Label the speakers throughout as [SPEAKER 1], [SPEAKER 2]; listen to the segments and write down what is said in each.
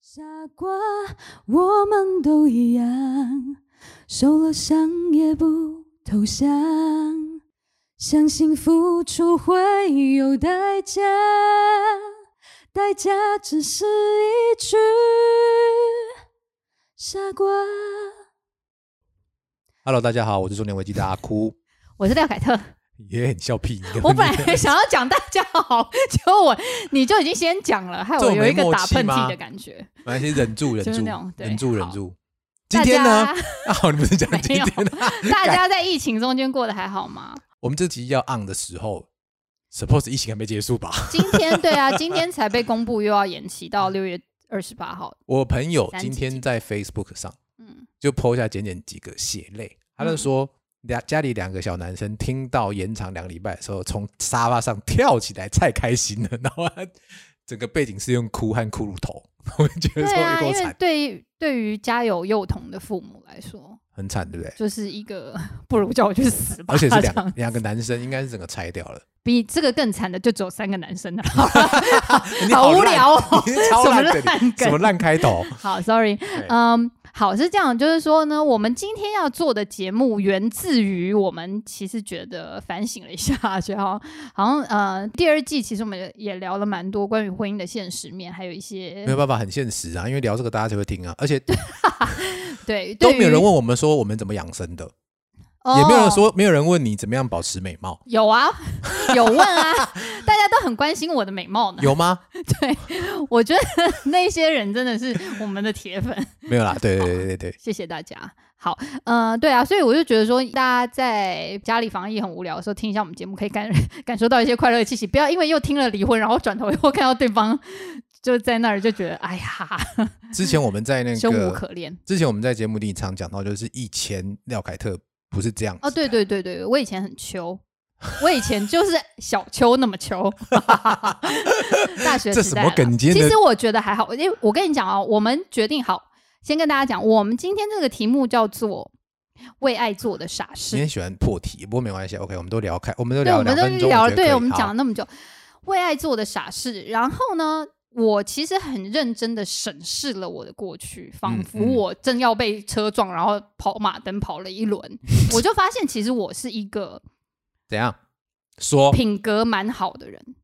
[SPEAKER 1] 傻瓜，我们都一样，受了伤也不投降，相信付出会有代价，代价只是一句傻瓜。
[SPEAKER 2] Hello，大家好，我是中年危机的阿哭。
[SPEAKER 3] 我是廖凯特，
[SPEAKER 2] 耶、你笑屁！你
[SPEAKER 3] 我本 来想要讲大家好，结果我你就已经先讲了，害我有一个打喷嚏的感觉。
[SPEAKER 2] 来先忍住，忍
[SPEAKER 3] 就是
[SPEAKER 2] 住
[SPEAKER 3] 那种，对
[SPEAKER 2] 忍住，忍
[SPEAKER 3] 好
[SPEAKER 2] 住。今天 呢？
[SPEAKER 3] 大家
[SPEAKER 2] 啊，好你不是讲
[SPEAKER 3] 没
[SPEAKER 2] 今
[SPEAKER 3] 有
[SPEAKER 2] 天啊？
[SPEAKER 3] 大家在疫情中间过得还好吗？
[SPEAKER 2] 我们这集要 on 的时候，suppose 疫情还没结束吧？
[SPEAKER 3] 今天对啊，今天才被公布又要延期到六月二十八号。
[SPEAKER 2] 我朋友
[SPEAKER 3] 三
[SPEAKER 2] 今
[SPEAKER 3] 级
[SPEAKER 2] 天
[SPEAKER 3] 警
[SPEAKER 2] 在 Facebook 上
[SPEAKER 3] 嗯，
[SPEAKER 2] 就 po 下简简几个血泪，他就
[SPEAKER 3] 嗯
[SPEAKER 2] 说。两家里两个小男生听到延长两个礼拜的时候，从沙发上跳起来，太开心了。 然后他整个背景是用哭和骷髅头，我就觉得
[SPEAKER 3] 对
[SPEAKER 2] 说
[SPEAKER 3] 啊，
[SPEAKER 2] 有
[SPEAKER 3] 因
[SPEAKER 2] 够
[SPEAKER 3] 为
[SPEAKER 2] 惨，
[SPEAKER 3] 对于对于家有幼童的父母来说，
[SPEAKER 2] 很惨，对不对？
[SPEAKER 3] 就是一个 不如叫我去死吧。
[SPEAKER 2] 而且是
[SPEAKER 3] 这
[SPEAKER 2] 两
[SPEAKER 3] 样
[SPEAKER 2] 两个男生，应该是整个拆掉 了。
[SPEAKER 3] 比这个更惨的就只有三个男生了，好
[SPEAKER 2] 你好
[SPEAKER 3] 无
[SPEAKER 2] 烂
[SPEAKER 3] 聊哦，
[SPEAKER 2] 你是超
[SPEAKER 3] 什么
[SPEAKER 2] 烂的，
[SPEAKER 3] 烂
[SPEAKER 2] 你什么
[SPEAKER 3] 梗
[SPEAKER 2] 烂开 头？
[SPEAKER 3] 好，sorry，嗯，好，是这样，就是说呢，我们今天要做的节目源自于我们其实觉得反省了一下， 觉得好像好像呃，第二季其实我们也聊了蛮多关于婚姻的现实面，还有一些
[SPEAKER 2] 没有办法，很现实啊，因为聊这个大家才会听啊，而且
[SPEAKER 3] 对
[SPEAKER 2] 都
[SPEAKER 3] 对
[SPEAKER 2] 没有
[SPEAKER 3] 于
[SPEAKER 2] 人问我们说我们怎么养生的，也没有人
[SPEAKER 3] 哦
[SPEAKER 2] 说没有人问你怎么样保持美貌，
[SPEAKER 3] 有啊，有 问啊，大家都很关心我的美貌呢。
[SPEAKER 2] 有吗？
[SPEAKER 3] 对，我觉得那些人真的是我们的铁粉。
[SPEAKER 2] 没有啦，对对对对 对，
[SPEAKER 3] 谢谢大家。好，呃，对啊，所以我就觉得说，大家在家里防疫很无聊的时候，听一下我们节目，可以感 感受到一些快乐的气息。不要因为又听了离婚，然后转头又看到对方就在那儿，就觉得哎呀，
[SPEAKER 2] 之前我们在那
[SPEAKER 3] 生无
[SPEAKER 2] 个
[SPEAKER 3] 可恋。
[SPEAKER 2] 之前我们在节目里常讲到，就是以前廖凯特不是这样子
[SPEAKER 3] 哦，对
[SPEAKER 2] 的，
[SPEAKER 3] 对对对，我以前很秋，我以前就是小秋那么秋， 大学
[SPEAKER 2] 这
[SPEAKER 3] 时
[SPEAKER 2] 什
[SPEAKER 3] 代
[SPEAKER 2] 么
[SPEAKER 3] 了
[SPEAKER 2] 梗？你今
[SPEAKER 3] 其
[SPEAKER 2] 天的
[SPEAKER 3] 实我觉得还好，因为我跟你讲啊，我们决定好，先跟大家讲，我们今天这个题目叫做“为爱做的傻事”。
[SPEAKER 2] 你很喜欢破题，不过没关系，OK，我们都聊开，我们都
[SPEAKER 3] 对，
[SPEAKER 2] 聊
[SPEAKER 3] 我们
[SPEAKER 2] 两分
[SPEAKER 3] 都
[SPEAKER 2] 钟，
[SPEAKER 3] 聊
[SPEAKER 2] 我
[SPEAKER 3] 了，
[SPEAKER 2] 觉得可
[SPEAKER 3] 对
[SPEAKER 2] 以
[SPEAKER 3] 我们
[SPEAKER 2] 好
[SPEAKER 3] 讲了那么久，为爱做的傻事。然后呢，我其实很认真的审视了我的过去，仿
[SPEAKER 2] 嗯
[SPEAKER 3] 佛
[SPEAKER 2] 嗯
[SPEAKER 3] 我正要被车撞，然后跑马灯跑了 一轮，我就发现其实我是一个
[SPEAKER 2] 怎样说
[SPEAKER 3] 品格蛮好的人。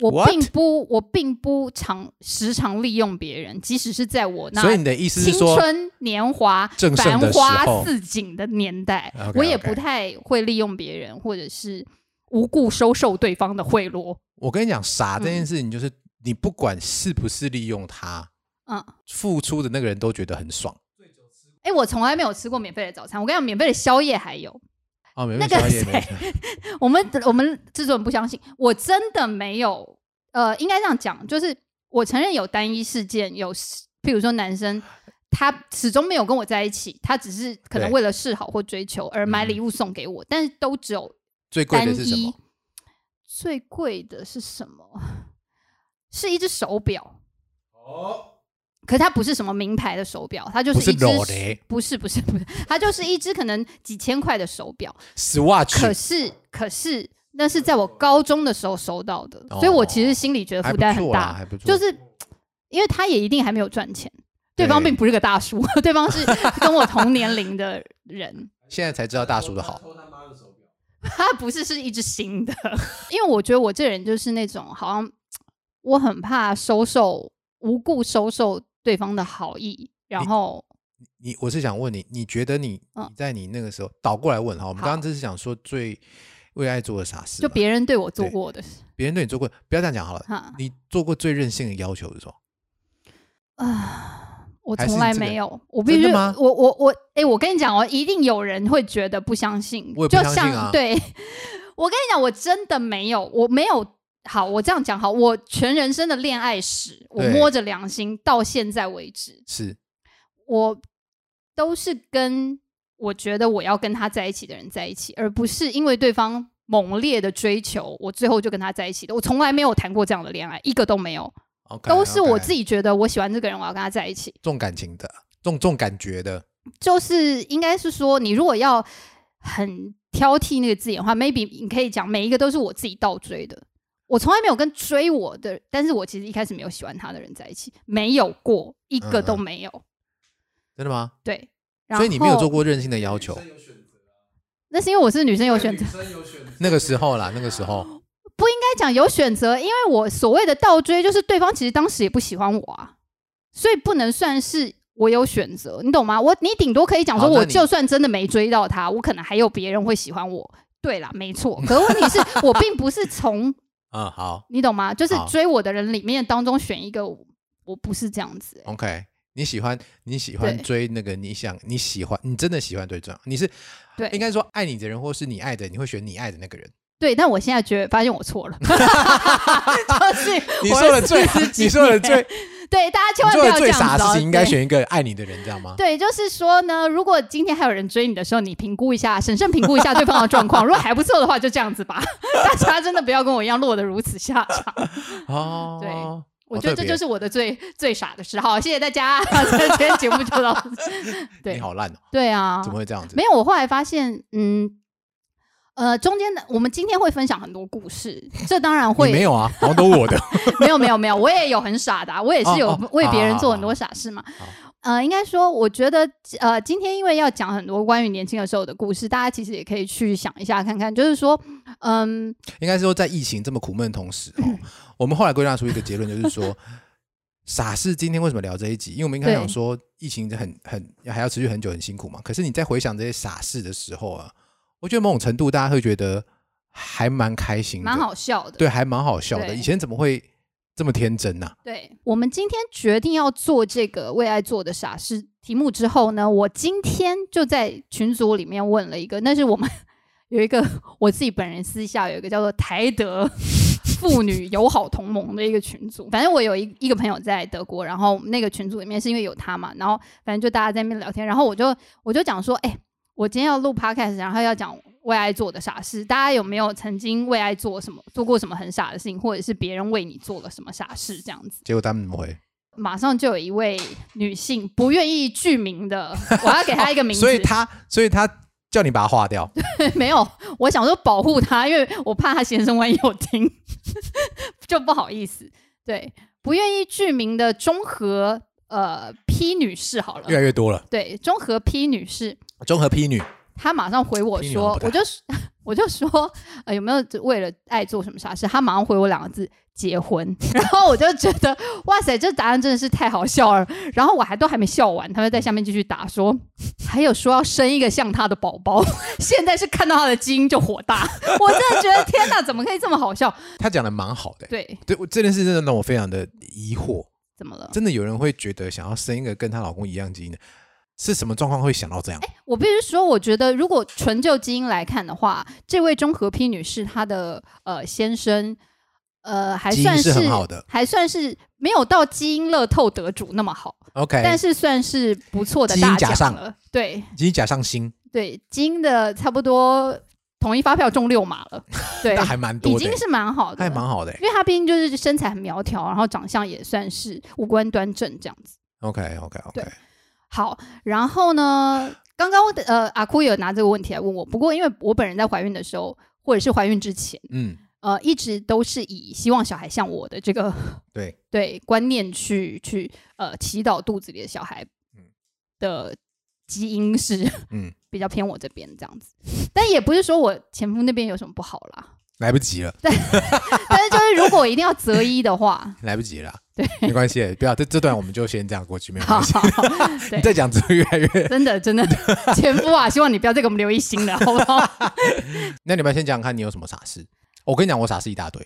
[SPEAKER 3] 我
[SPEAKER 2] What？
[SPEAKER 3] 并不，我并不常时常利用别人，即使是在我那
[SPEAKER 2] 所以你的意思
[SPEAKER 3] 青
[SPEAKER 2] 是说，
[SPEAKER 3] 春年华、
[SPEAKER 2] 正盛
[SPEAKER 3] 繁
[SPEAKER 2] 的时
[SPEAKER 3] 花
[SPEAKER 2] 候
[SPEAKER 3] 似锦的年代
[SPEAKER 2] OK，OK
[SPEAKER 3] 我也不太会利用别人，或者是无故收受对方的贿赂。
[SPEAKER 2] 我跟你讲，傻这件
[SPEAKER 3] 嗯
[SPEAKER 2] 事情就是你不管是不是利用它，
[SPEAKER 3] 嗯，
[SPEAKER 2] 付出的那个人都觉得很爽。
[SPEAKER 3] 哎，我从来没有吃过免费的早餐。我跟你讲，免费的宵夜还有。
[SPEAKER 2] 哦，没
[SPEAKER 3] 那
[SPEAKER 2] 关系
[SPEAKER 3] 个
[SPEAKER 2] 小野没
[SPEAKER 3] 谁
[SPEAKER 2] 事
[SPEAKER 3] 我们我们制作人不相信，我真的没有。呃，应该这样讲，就是我承认有单一事件，有譬如说男生。他始终没有跟我在一起，他只是可能
[SPEAKER 2] 对
[SPEAKER 3] 为了示好或追求而买
[SPEAKER 2] 嗯
[SPEAKER 3] 礼物送给我，但是都只有
[SPEAKER 2] 最贵
[SPEAKER 3] 单
[SPEAKER 2] 的
[SPEAKER 3] 一
[SPEAKER 2] 是什么？
[SPEAKER 3] 最贵的是什么？是一只手表。哦，可它不是什么名牌的手表，它就
[SPEAKER 2] 不是
[SPEAKER 3] 一只
[SPEAKER 2] Rolex
[SPEAKER 3] 不是不是不是，它就是一只可能几千块的手表。可
[SPEAKER 2] Swatch
[SPEAKER 3] 是可是那是在我高中的时候收到的，
[SPEAKER 2] 哦
[SPEAKER 3] 所以我其实心里觉得
[SPEAKER 2] 还
[SPEAKER 3] 负
[SPEAKER 2] 不
[SPEAKER 3] 担很
[SPEAKER 2] 错啦，
[SPEAKER 3] 大，
[SPEAKER 2] 还不错。
[SPEAKER 3] 就是因为他也一定还没有赚钱。
[SPEAKER 2] 对
[SPEAKER 3] 对方并不是个大叔， 对方是跟我同年龄的人，
[SPEAKER 2] 现在才知道大叔的好，
[SPEAKER 3] 它不是是一只 新的，因为我觉得我这人就是那种好像我很怕收受无故收受对方的好意，然后
[SPEAKER 2] 你我是想问你，你觉得你
[SPEAKER 3] 嗯
[SPEAKER 2] 你在你那个时候倒过来问哈，我们
[SPEAKER 3] 好
[SPEAKER 2] 刚刚这是想说最为爱做的傻事
[SPEAKER 3] 就
[SPEAKER 2] 嘛，
[SPEAKER 3] 别人对我做过的事
[SPEAKER 2] 别人对你做过，不要这样讲好了。
[SPEAKER 3] 哈
[SPEAKER 2] 你做过最任性的要求是什么？
[SPEAKER 3] 啊，我
[SPEAKER 2] 还是
[SPEAKER 3] 从来
[SPEAKER 2] 这个
[SPEAKER 3] 没有，我必须
[SPEAKER 2] 真的吗
[SPEAKER 3] 我我我，哎、我跟你讲哦，一定有人会觉得不相信，
[SPEAKER 2] 我也不
[SPEAKER 3] 就
[SPEAKER 2] 相信
[SPEAKER 3] 像
[SPEAKER 2] 啊
[SPEAKER 3] 对 我跟你讲，我真的没有，我没有。好，我这样讲好，我全人生的恋爱史，我
[SPEAKER 2] 对
[SPEAKER 3] 摸着良心到现在为止，
[SPEAKER 2] 是
[SPEAKER 3] 我都是跟我觉得我要跟他在一起的人在一起，而不是因为对方猛烈的追求，我最后就跟他在一起的。我从来没有谈过这样的恋爱，一个都没有，
[SPEAKER 2] OK，
[SPEAKER 3] 都是我自
[SPEAKER 2] 己
[SPEAKER 3] 己觉得我喜欢这个人，我要跟他在一起。
[SPEAKER 2] 哦重感情的，重重感觉的，
[SPEAKER 3] 就是应该是说，你如果要很挑剔那个字眼的话，maybe 你可以讲每一个都是我自己倒追的。我从来没有跟追我的，但是我其实一开始没有喜欢他的人在一起，没有过一个都
[SPEAKER 2] 嗯
[SPEAKER 3] 没有。
[SPEAKER 2] 真的吗？
[SPEAKER 3] 对，然
[SPEAKER 2] 所以你没有
[SPEAKER 3] 后
[SPEAKER 2] 做过任性的要求，
[SPEAKER 3] 那是因为我是女生有选择，应
[SPEAKER 2] 那个时候啦，那个时候
[SPEAKER 3] 该讲有选择，因为我所谓的倒追就是对方其实当时也不喜欢我啊，所以不能算是我有选择，你懂吗？我你顶多可以讲说，
[SPEAKER 2] 好那
[SPEAKER 3] 我
[SPEAKER 2] 你
[SPEAKER 3] 就算真的没追到他，我可能还有别人会喜欢我。对啦，没错。可问 题是我并不是从
[SPEAKER 2] 嗯，好
[SPEAKER 3] 你懂吗？就是
[SPEAKER 2] 好
[SPEAKER 3] 追我的人里面当中选一个，我我不是这样子、欸
[SPEAKER 2] ，OK。你喜欢你喜欢
[SPEAKER 3] 对
[SPEAKER 2] 追那个你想你喜欢你真的喜欢对象，你是
[SPEAKER 3] 对，
[SPEAKER 2] 应该说爱你的人或是你爱的，你会选你爱的那 个人。
[SPEAKER 3] 对，但我现在觉得发现我错 了， 就是
[SPEAKER 2] 你
[SPEAKER 3] 我
[SPEAKER 2] 说的最
[SPEAKER 3] 40几
[SPEAKER 2] 你说的
[SPEAKER 3] 年
[SPEAKER 2] 最
[SPEAKER 3] 对，大家
[SPEAKER 2] 你
[SPEAKER 3] 千万不
[SPEAKER 2] 做的
[SPEAKER 3] 要这
[SPEAKER 2] 最
[SPEAKER 3] 样子、哦。
[SPEAKER 2] 傻的事情，应该
[SPEAKER 3] 对
[SPEAKER 2] 选一个爱你的人，这样吗？
[SPEAKER 3] 对，就是说呢，如果今天还有人追你的时候，你评估一下，审慎评估一下对方的状况，如果还不错的话，就这样子 吧。大家真的不要跟我一样落得如此下场。
[SPEAKER 2] 哦，
[SPEAKER 3] 对
[SPEAKER 2] 好
[SPEAKER 3] 我觉得
[SPEAKER 2] 特
[SPEAKER 3] 这
[SPEAKER 2] 别
[SPEAKER 3] 就是我的最最傻 的事。好，谢谢大家，今天节目就到此。
[SPEAKER 2] 你
[SPEAKER 3] 对
[SPEAKER 2] 好烂哦，
[SPEAKER 3] 对啊，
[SPEAKER 2] 怎么会这样子？
[SPEAKER 3] 没有，我后来发现，嗯，呃，中间的我们今天会分享很多故事，这当然会
[SPEAKER 2] 你没有啊，好像都我的
[SPEAKER 3] 没有没有没有，我也有很傻的、啊，我也是有
[SPEAKER 2] 哦哦
[SPEAKER 3] 为别人
[SPEAKER 2] 好
[SPEAKER 3] 做
[SPEAKER 2] 好
[SPEAKER 3] 很多傻事嘛
[SPEAKER 2] 好。
[SPEAKER 3] 呃，应该说，我觉得呃，今天因为要讲很多关于年轻的时候的故事，大家其实也可以去想一下看看，就是说，嗯，
[SPEAKER 2] 应该是说在疫情这么苦闷的同时，哦，我们后来归纳出一个结论，就是 说。傻事，今天为什么聊这一集？因为我们应该
[SPEAKER 3] 对
[SPEAKER 2] 想说，疫情很很还要持续很久，很辛苦嘛。可是你在回想这些傻事的时候啊，我觉得某种程度大家会觉得还蛮开心的，
[SPEAKER 3] 蛮好笑的。
[SPEAKER 2] 对，还蛮好笑的。
[SPEAKER 3] 对
[SPEAKER 2] 以前怎么会这么天真啊呐、
[SPEAKER 3] 对我们今天决定要做这个为爱做的傻事题目之后呢，我今天就在群组里面问了一个，那是我们 有一个我自己本人私下有一个叫做台德 妇女友好同盟的一个群组，反正我有一一个朋友在德国，然后我们那个群组里面是因为有他嘛，然后反正就大家在那边聊天，然后我就我就讲说，哎、我今天要录 podcast，然后要讲为爱做的傻事，大家有没有曾经为爱做什么，做过什么很傻的事情，或者是别人为你做了什么傻事这样子？
[SPEAKER 2] 结果他们怎么回？
[SPEAKER 3] 马上就有一位女性不愿意具名的，我要给她一个名字。
[SPEAKER 2] 所以他，所以他叫你把它划掉。
[SPEAKER 3] 没有，我想说保护她，因为我怕她先生万一有听， 就不好意思。对，不愿意具名的中和呃 P 女士好
[SPEAKER 2] 越
[SPEAKER 3] 了，
[SPEAKER 2] 来越多了，
[SPEAKER 3] 对，中和 P 女士，
[SPEAKER 2] 综合批女，
[SPEAKER 3] 她马上回我
[SPEAKER 2] 听起来好
[SPEAKER 3] 说
[SPEAKER 2] 像，不
[SPEAKER 3] 我
[SPEAKER 2] 太
[SPEAKER 3] 就我就说，呃，有没有为了爱做什么傻事？她马上回我两个字。结婚， 然后我就觉得，哇塞，这答案真的是太好笑了。然后我还都还没笑完，他们在下面继续打说，还有说要生一个像她的宝宝， 现在是看到她的基因就火大，我真的觉得天哪，怎么可以这么好笑？
[SPEAKER 2] 他讲的蛮好的、
[SPEAKER 3] 对，
[SPEAKER 2] 对我这件事真的让我非常的疑惑，
[SPEAKER 3] 怎么了？
[SPEAKER 2] 真的有人会觉得想要生一个跟她老公一样基因的，是什么状况会想到这样？
[SPEAKER 3] 我必须说，我觉得如果纯就基因来看的话，这位中和 P 女士她的呃先生，呃还
[SPEAKER 2] 基因
[SPEAKER 3] 算
[SPEAKER 2] 是很好的
[SPEAKER 3] 还算是没有到基因乐透得主那么好，
[SPEAKER 2] OK，
[SPEAKER 3] 但是算是不错的
[SPEAKER 2] 哎基因
[SPEAKER 3] 大
[SPEAKER 2] 加
[SPEAKER 3] 奖
[SPEAKER 2] 上
[SPEAKER 3] 了。对
[SPEAKER 2] 基因假上心，
[SPEAKER 3] 对，基因的差不多统一发票中六码 了，对
[SPEAKER 2] 那，还蛮
[SPEAKER 3] 已
[SPEAKER 2] 多的、
[SPEAKER 3] 经是蛮好
[SPEAKER 2] 还
[SPEAKER 3] 的，
[SPEAKER 2] 蛮好的、
[SPEAKER 3] 因为她毕竟就是身材很苗条，然后长相也算是五官端正这样子。
[SPEAKER 2] OK OK OK，
[SPEAKER 3] 对好，然后呢， 刚刚呃阿哭有拿这个问题来问我，不过因为我本人在怀孕的时候，或者是怀孕之前，
[SPEAKER 2] 嗯，
[SPEAKER 3] 呃，一直都是以希望小孩像我的这个
[SPEAKER 2] 对，
[SPEAKER 3] 对观念去去呃祈祷肚子里的小孩
[SPEAKER 2] 嗯
[SPEAKER 3] 的基因是
[SPEAKER 2] 嗯，
[SPEAKER 3] 比较偏我这边这样子，但也不是说我前夫那边有什么不好啦，
[SPEAKER 2] 来不及了，，
[SPEAKER 3] 但是就是如果一定要择一的话
[SPEAKER 2] 来不及了，
[SPEAKER 3] 对，
[SPEAKER 2] 没关系，不要这这段我们就先这样过去，没有
[SPEAKER 3] 好
[SPEAKER 2] 关系。
[SPEAKER 3] 好好对
[SPEAKER 2] 你 再讲，只会越来越……
[SPEAKER 3] 真的真的前夫啊，希望你不要再给我们留一星了，好不好？
[SPEAKER 2] 那你们先讲讲看你有什么傻事？我跟你讲，我傻事一大堆。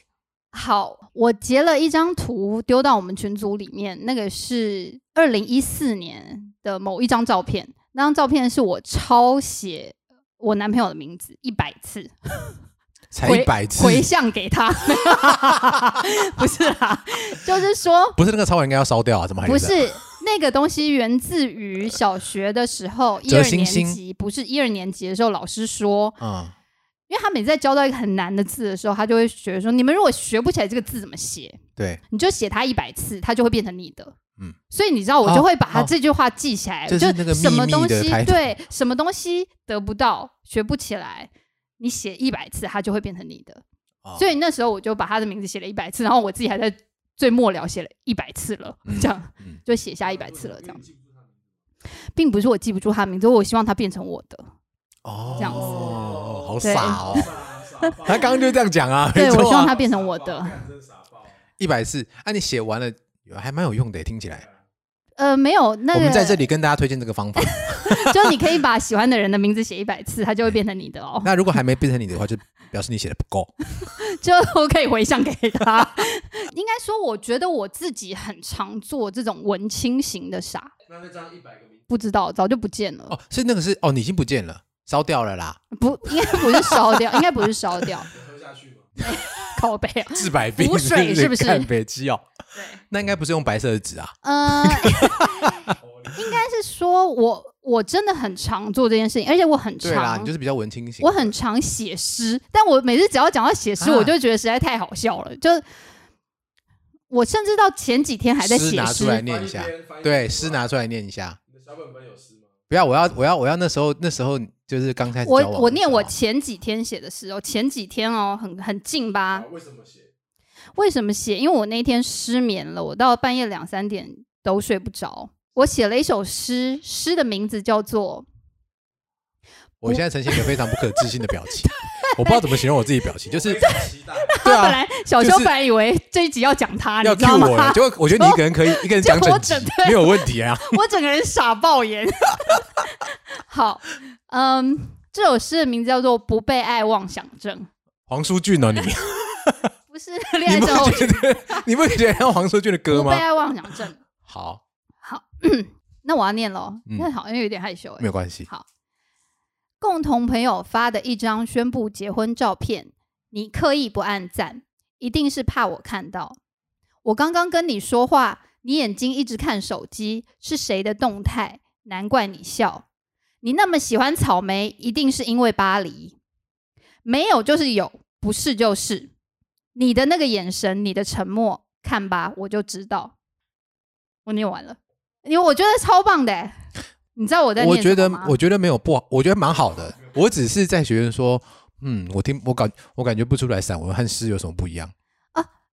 [SPEAKER 3] 好，我截了一张图丢到我们群组里面，那个是二零一四年的某一张照片，那张照片是我抄写我男朋友的名字一百次，
[SPEAKER 2] 才
[SPEAKER 3] 回
[SPEAKER 2] 一百次，
[SPEAKER 3] 回向给他， 不是啦，就是说
[SPEAKER 2] 不是那个超人应该要烧掉啊？怎么还
[SPEAKER 3] 不
[SPEAKER 2] 留着？
[SPEAKER 3] 是那个东西源自于小学的时候一
[SPEAKER 2] 折
[SPEAKER 3] 二
[SPEAKER 2] 星
[SPEAKER 3] 年
[SPEAKER 2] 星
[SPEAKER 3] 级，不是一二年级的时候老师说，
[SPEAKER 2] 嗯，
[SPEAKER 3] 因为他每次在教到一个很难的字的时候，他就会觉得说，你们如果学不起来这个字怎么写，
[SPEAKER 2] 对，
[SPEAKER 3] 你就写它一百次，它就会变成你的。
[SPEAKER 2] 嗯
[SPEAKER 3] 嗯，所以你知道，我
[SPEAKER 2] 哦
[SPEAKER 3] 就会把它
[SPEAKER 2] 哦
[SPEAKER 3] 这句话记起来，
[SPEAKER 2] 这是那个
[SPEAKER 3] 什
[SPEAKER 2] 秘
[SPEAKER 3] 么
[SPEAKER 2] 密
[SPEAKER 3] 东
[SPEAKER 2] 的
[SPEAKER 3] 西
[SPEAKER 2] 开头
[SPEAKER 3] 对什么东西得不到，学不起来，你写一百次，它就会变成你的。
[SPEAKER 2] 哦
[SPEAKER 3] 所以那时候我就把他的名字写了一百次，然后我自己还在最末了写了一百次了，这样
[SPEAKER 2] 嗯
[SPEAKER 3] 就写下一百次了，这样。并不是我记不住他名字，我希望他变成我的。
[SPEAKER 2] 哦，
[SPEAKER 3] 这样子
[SPEAKER 2] 哦，好
[SPEAKER 3] 对
[SPEAKER 2] 傻哦。 他刚刚就这样讲啊，
[SPEAKER 3] 对，
[SPEAKER 2] 没
[SPEAKER 3] 我
[SPEAKER 2] 错
[SPEAKER 3] 希望
[SPEAKER 2] 啊
[SPEAKER 3] 他，变成我的。
[SPEAKER 2] 一百四啊，你写完了还蛮有用的，听起来。
[SPEAKER 3] 呃，没有，那
[SPEAKER 2] 我
[SPEAKER 3] 个
[SPEAKER 2] 们在这里跟大家推荐这个方法。
[SPEAKER 3] 就你可以把喜欢的人的名字写一百次，他就会变成你 的哦，
[SPEAKER 2] 那如果还没变成你的话，就表示你写的不 够。
[SPEAKER 3] 就我可以回向给他。应该说，我觉得我自己很常做这种文青型的傻，
[SPEAKER 4] 那那张一百个名字，
[SPEAKER 3] 不知道早就不见了，
[SPEAKER 2] 哦，是那个是哦，你已经不见了，烧掉了啦，
[SPEAKER 3] 不应该不是烧掉，应该不是烧 掉，
[SPEAKER 4] 喝下去吗？
[SPEAKER 3] 靠背啊，
[SPEAKER 2] 治百病
[SPEAKER 3] 补水是不是
[SPEAKER 2] 看北基哦，
[SPEAKER 3] 对，
[SPEAKER 2] 那应该不是用白色的纸啊。
[SPEAKER 3] 呃，应该是说我我真的很常做这件事情，而且我很
[SPEAKER 2] 对啦，
[SPEAKER 3] 常
[SPEAKER 2] 你就。是比较文青型。
[SPEAKER 3] 我很常写诗，但我每次只要讲到写诗，
[SPEAKER 2] 啊
[SPEAKER 3] 我就觉得实在太好笑了。就我甚至到前几天还在
[SPEAKER 2] 诗
[SPEAKER 3] 写
[SPEAKER 2] 拿出
[SPEAKER 3] 诗，
[SPEAKER 2] 来念一下，对，诗拿出来念一下。
[SPEAKER 4] 你的小本本有诗吗？
[SPEAKER 2] 不要，我要，我要，我要那时候那时候就是刚开始交往
[SPEAKER 3] 我
[SPEAKER 2] 的时候啊。
[SPEAKER 3] 我念我前几天写的诗哦，前几天哦，很很近吧？
[SPEAKER 4] 啊为什么写？
[SPEAKER 3] 为什么写？因为我那天失眠了，我到半夜两三点都睡不着。我写了一首诗，诗的名字叫做
[SPEAKER 2] 我现在呈现一个非常不可置信的表情，我不知道怎么形容我自己表情，就是
[SPEAKER 4] 期待。
[SPEAKER 2] 对
[SPEAKER 3] 本
[SPEAKER 2] 啊，
[SPEAKER 3] 来小
[SPEAKER 2] 就
[SPEAKER 3] 修
[SPEAKER 2] 是
[SPEAKER 3] 本来以为这一集要讲他，
[SPEAKER 2] 要
[SPEAKER 3] 你知道
[SPEAKER 2] cue 我
[SPEAKER 3] 吗
[SPEAKER 2] 了，？结果我觉得你一个人可以，一个人讲
[SPEAKER 3] 就我
[SPEAKER 2] 整集
[SPEAKER 3] 整对
[SPEAKER 2] 没有问题啊。
[SPEAKER 3] 我整个人傻爆眼。 好，嗯，这首诗的名字叫做《不被爱妄想症
[SPEAKER 2] 黄舒俊哦，你》，
[SPEAKER 3] 不是 恋
[SPEAKER 2] 你
[SPEAKER 3] 爱
[SPEAKER 2] 不
[SPEAKER 3] 症候群，
[SPEAKER 2] 觉得你不觉得像黄舒俊的歌
[SPEAKER 3] 不被
[SPEAKER 2] 吗？
[SPEAKER 3] 爱妄想症。
[SPEAKER 2] 好，
[SPEAKER 3] 那我要念喽，
[SPEAKER 2] 嗯
[SPEAKER 3] 那好像有点害羞哎
[SPEAKER 2] 没。有关系。
[SPEAKER 3] 共同朋友发的一张宣布结婚照片，你刻意不按赞，一定是怕我看到。我刚刚跟你说话，你眼睛一直看手机，是谁的动态？难怪你笑。你那么喜欢草莓，一定是因为巴黎。没有就是有，不是就是。你的那个眼神，你的沉默，看吧，我就知道。我念完了，因为我觉得超棒的欸。你知道我在
[SPEAKER 2] 我
[SPEAKER 3] 念
[SPEAKER 2] 觉
[SPEAKER 3] 什
[SPEAKER 2] 得
[SPEAKER 3] 么吗
[SPEAKER 2] 我觉得没有不好，我觉得蛮好的。我只是在学院说，嗯，我听我感我感觉不出来散文和诗有什么不一样。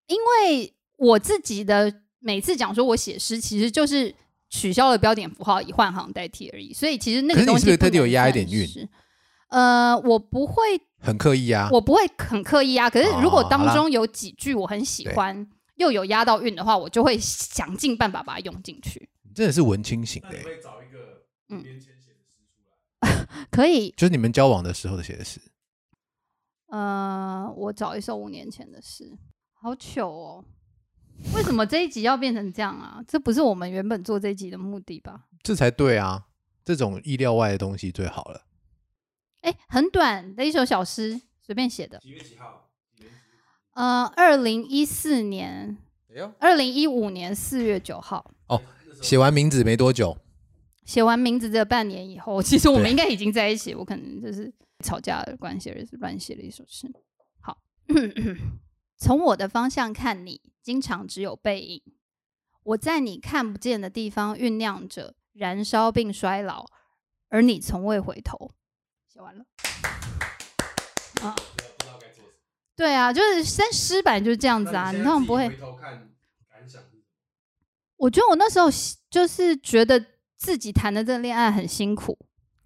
[SPEAKER 3] 因为我自己的每次讲说我写诗，其实就是取消了标点符号，以换行代替而已。所以其实那
[SPEAKER 2] 可
[SPEAKER 3] 个
[SPEAKER 2] 是你
[SPEAKER 3] 东
[SPEAKER 2] 是
[SPEAKER 3] 西
[SPEAKER 2] 不是特地有
[SPEAKER 3] 能
[SPEAKER 2] 押一
[SPEAKER 3] 算
[SPEAKER 2] 点韵
[SPEAKER 3] 是？呃，我不会，
[SPEAKER 2] 很刻意啊，
[SPEAKER 3] 我不会很刻意啊。可是如果
[SPEAKER 2] 哦好
[SPEAKER 3] 当
[SPEAKER 2] 啦
[SPEAKER 3] 中有几句我很喜欢，又有押到韵的话，我就会想尽办法把它用进去。
[SPEAKER 2] 你真的是文青型的
[SPEAKER 4] 那你
[SPEAKER 2] 欸，
[SPEAKER 4] 会找一个五年前写的诗出来？
[SPEAKER 3] 可以，
[SPEAKER 2] 就是你们交往的时候的写的诗。
[SPEAKER 3] 呃，我找一首五年前的诗，好糗哦。为什么这一集要变成这样啊？这不是我们原本做这一集的目的吧？
[SPEAKER 2] 这才对啊！这种意料外的东西最好了。
[SPEAKER 3] 哎，很短的一首小诗，随便写的。
[SPEAKER 4] 几月几号？几年几月
[SPEAKER 3] 呃，二零一四年，
[SPEAKER 2] 哎呦，
[SPEAKER 3] 二零一五年四月九号，
[SPEAKER 2] 哦，写完名字没多久，
[SPEAKER 3] 写完名字这半年以后， 其实我们
[SPEAKER 2] 对
[SPEAKER 3] 应该已经在一起，我可能就是吵架的关系，而是乱写了一首诗。好， 从我的方向看你，经常只有背影。我在你看不见的地方酝酿着燃烧并衰老，而你从未回头。写完了。
[SPEAKER 4] 不知道不知道该做什么。
[SPEAKER 3] 对啊，就是三诗版就是这样子啊，
[SPEAKER 4] 那
[SPEAKER 3] 你
[SPEAKER 4] 你现在
[SPEAKER 3] 通常
[SPEAKER 4] 自己
[SPEAKER 3] 不会。
[SPEAKER 4] 回头看感想是什么？
[SPEAKER 3] 我觉得我那时候喜就是觉得自己谈的这个恋爱很辛苦，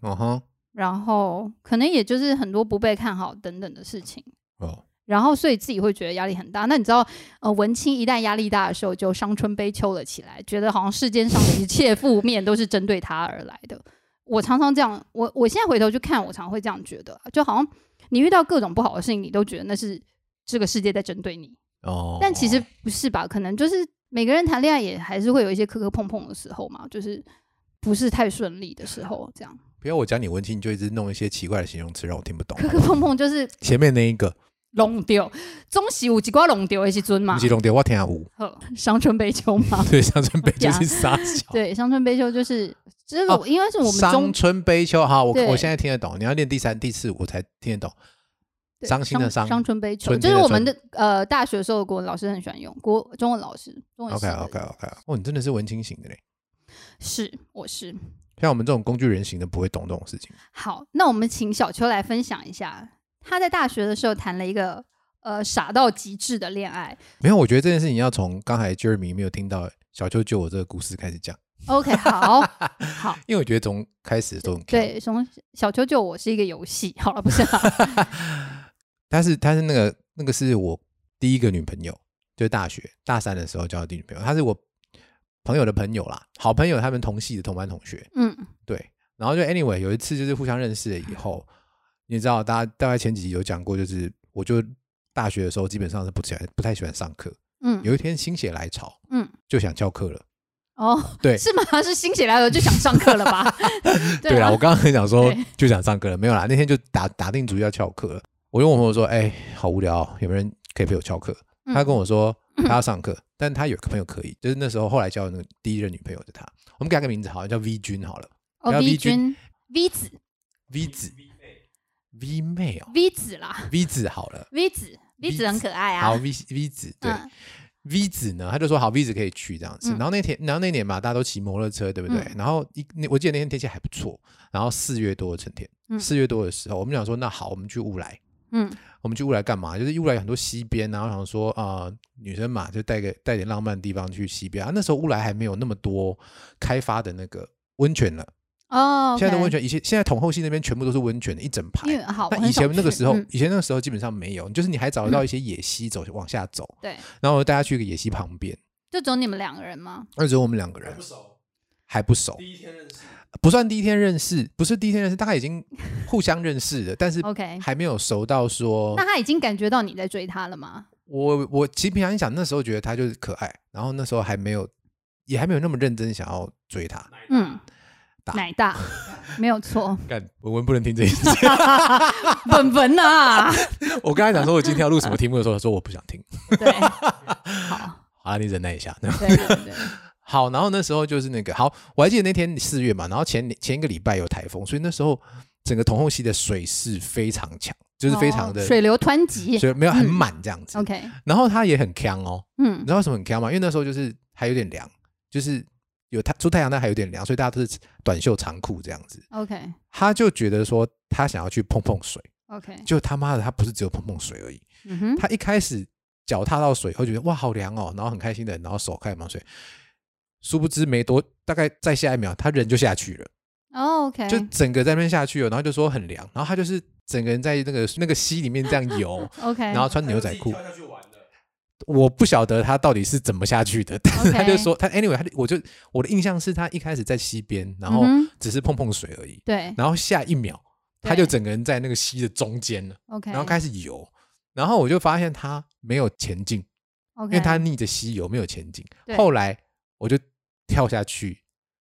[SPEAKER 2] 嗯哼，
[SPEAKER 3] 然后可能也就是很多不被看好等等的事情，
[SPEAKER 2] 哦，
[SPEAKER 3] 然后所以自己会觉得压力很大。那你知道，呃，文青一旦压力大的时候，就伤春悲秋了起来，觉得好像世间上的一切负面都是针对他而来的。我常常这样，我我现在回头去看，我常会这样觉得啊，就好像你遇到各种不好的事情，你都觉得那是这个世界在针对你。
[SPEAKER 2] 哦，
[SPEAKER 3] 但其实不是吧？可能就是每个人谈恋爱也还是会有一些磕磕碰碰的时候嘛，就是不是太顺利的时候，这样
[SPEAKER 2] 不要我讲你文青，你就一直弄一些奇怪的形容词让我听不 懂
[SPEAKER 3] 磕。磕碰碰就是
[SPEAKER 2] 前面那一 个
[SPEAKER 3] 弄丢，总是有一挂弄丢的时阵嘛
[SPEAKER 2] 不，是龙蝶，我听下 五，。
[SPEAKER 3] 呵伤春悲秋嘛
[SPEAKER 2] 对，伤春悲秋是傻笑。
[SPEAKER 3] 对，伤春悲秋就是，这个
[SPEAKER 2] 哦
[SPEAKER 3] 应该是我们中
[SPEAKER 2] 伤春悲秋，好，我
[SPEAKER 3] 对
[SPEAKER 2] 我现在听得懂。你要念第三、第四，我才听得懂。
[SPEAKER 3] 对
[SPEAKER 2] 伤心的伤
[SPEAKER 3] 伤春悲秋，
[SPEAKER 2] 春
[SPEAKER 3] 就
[SPEAKER 2] 天
[SPEAKER 3] 是
[SPEAKER 2] 的
[SPEAKER 3] 我们的呃大学的时候，国文老师很喜欢用国中文老师，中文系
[SPEAKER 2] OK
[SPEAKER 3] 的
[SPEAKER 2] OK OK，哦，你真的是文青型的嘞。
[SPEAKER 3] 是我是
[SPEAKER 2] 像我们这种工具人型的不会懂这种事情。
[SPEAKER 3] 好。那我们请小秋来分享一下，他在大学的时候谈了一个呃傻到极致的恋爱。
[SPEAKER 2] 没有，我觉得这件事情要从刚才 Jeremy 没有听到小舅舅我这个故事开始讲，
[SPEAKER 3] OK，好好，
[SPEAKER 2] 因为我觉得从开始都很 cute，
[SPEAKER 3] 对，从小球球我是一个游戏，好了，不是啦，
[SPEAKER 2] 但是她是那个那个是我第一个女朋友，就是大学大三的时候交的第一女朋友，她是我朋友的朋友啦，好朋友，他们同系的同班同学，
[SPEAKER 3] 嗯
[SPEAKER 2] 对，然后就 anyway 有一次就是互相认识了以后，你知道，大家大概前几集有讲过，就是我就大学的时候基本上是不喜欢不太喜欢上课，
[SPEAKER 3] 嗯
[SPEAKER 2] 有一天心血来潮
[SPEAKER 3] 嗯，
[SPEAKER 2] 就想翘课了，
[SPEAKER 3] 哦，
[SPEAKER 2] 对
[SPEAKER 3] 是吗？是心血来潮就想上课了 吧？
[SPEAKER 2] 对
[SPEAKER 3] 啊
[SPEAKER 2] 啦，我刚刚很想说
[SPEAKER 3] 对
[SPEAKER 2] 就想上课了，没有啦，那天就打打定主意要翘课了。我就问我朋友说：“哎、好无聊哦、有没有人可以陪我翘课？”
[SPEAKER 3] 嗯
[SPEAKER 2] 他跟我 说他要上课，但他有个朋友可以，就是那时候后来交的那个第一任女朋友就他，我们给他个名字好了，叫 V 君好了
[SPEAKER 3] 哦
[SPEAKER 2] 要
[SPEAKER 3] V
[SPEAKER 2] V 君
[SPEAKER 3] 君 V 子
[SPEAKER 2] ，V 子 V 妹哦
[SPEAKER 3] V 子啦
[SPEAKER 2] ，V 子好 了，
[SPEAKER 3] ，V 子 V 子很可爱啊
[SPEAKER 2] 好，V V 子对、
[SPEAKER 3] 嗯
[SPEAKER 2] V 子呢，他就说好 V 子可以去这样子。
[SPEAKER 3] 嗯
[SPEAKER 2] 然后那天，然后那年嘛，大家都骑摩托车，对不对？
[SPEAKER 3] 嗯
[SPEAKER 2] 然后一，那我记得那天天气还不错，然后四月多的成天，
[SPEAKER 3] 嗯
[SPEAKER 2] 四、月多的时候，我们想说那好，我们去乌来，
[SPEAKER 3] 嗯
[SPEAKER 2] 我们去乌来干嘛？就是乌来有很多西边，然后想说啊、呃女生嘛，就带个带点浪漫的地方去西边啊。那时候乌来还没有那么多开发的那个温泉了，
[SPEAKER 3] 哦，
[SPEAKER 2] 现在的温
[SPEAKER 3] OK，
[SPEAKER 2] 泉，以前现在统后溪那边全部都是温泉，一整排
[SPEAKER 3] 因。为好，我
[SPEAKER 2] 那
[SPEAKER 3] 很
[SPEAKER 2] 以前
[SPEAKER 3] 少
[SPEAKER 2] 那个
[SPEAKER 3] 去
[SPEAKER 2] 时候，
[SPEAKER 3] 嗯
[SPEAKER 2] 以前那个时候基本上没有，就是你还找得到一些野溪走、往下走，
[SPEAKER 3] 对，
[SPEAKER 2] 然后我就带他去一个野溪旁边，
[SPEAKER 3] 就只有你们两个人吗？
[SPEAKER 2] 那时候我们两个
[SPEAKER 4] 还
[SPEAKER 2] 人
[SPEAKER 4] 不熟，
[SPEAKER 2] 还不熟，
[SPEAKER 4] 第一天认识，
[SPEAKER 2] 不算第一天认识，不是第一天认识，大概已经互相认识了，但是哦
[SPEAKER 3] OK
[SPEAKER 2] 还没有熟到说
[SPEAKER 3] 那他已经感觉到你在追他了吗？
[SPEAKER 2] 我我其实平常想，那时候觉得他就是可爱，然后那时候还没有也还没有那么认真想要追他。
[SPEAKER 4] 奶大
[SPEAKER 3] 嗯
[SPEAKER 2] 大，
[SPEAKER 3] 奶大，没有错，
[SPEAKER 2] 干文文不能听这一集，
[SPEAKER 3] 本本啊，
[SPEAKER 2] 我刚才讲说我今天要录什么题目的时候，他说我不想听。
[SPEAKER 3] 对，好，
[SPEAKER 2] 好了，你忍耐一下。
[SPEAKER 3] 对对对，
[SPEAKER 2] 好，然后那时候就是那个好，我还记得那天四月嘛，然后前前一个礼拜有台风，所以那时候整个同后溪的水势非常强，就是非常的、
[SPEAKER 3] 哦水流湍急
[SPEAKER 2] 所以没有很
[SPEAKER 3] 嗯
[SPEAKER 2] 满这样子。
[SPEAKER 3] ，OK，
[SPEAKER 2] 然后他也很强哦，你
[SPEAKER 3] 嗯
[SPEAKER 2] 知道为什么很强吗？因为那时候就是还有点凉，就是有太出太阳，但还有点凉，所以大家都是短袖长裤这样子。
[SPEAKER 3] ，OK
[SPEAKER 2] 他就觉得说他想要去碰碰水，
[SPEAKER 3] OK，
[SPEAKER 2] 就他妈的他不是只有碰碰水而已，
[SPEAKER 3] 嗯哼，
[SPEAKER 2] 他一开始脚踏到水后觉得哇好凉哦，然后很开心的，然后手开始冒水，殊不知没多大概再下一秒他人就下去了。
[SPEAKER 3] 哦，OK，
[SPEAKER 2] 就整个在那边下去了，然后就说很凉，然后他就是整个人在那个那个溪里面这样 游，
[SPEAKER 3] OK，
[SPEAKER 2] 然后穿牛仔裤
[SPEAKER 4] 他。就自己跳下去玩了，
[SPEAKER 2] 我不晓得他到底是怎么下去的， 但是他
[SPEAKER 3] OK
[SPEAKER 2] 就说他 anyway，他就我就我的印象是他一开始在溪边，然后
[SPEAKER 3] 嗯哼
[SPEAKER 2] 只是碰碰水而已，
[SPEAKER 3] 对
[SPEAKER 2] 然后下一秒
[SPEAKER 3] 对
[SPEAKER 2] 他就整个人在那个溪的中间了，
[SPEAKER 3] ，OK，
[SPEAKER 2] 然后开始游，然后我就发现他没有前进，因
[SPEAKER 3] OK，
[SPEAKER 2] 为他逆着溪游没有前进。
[SPEAKER 3] 对
[SPEAKER 2] 后来我就跳下去，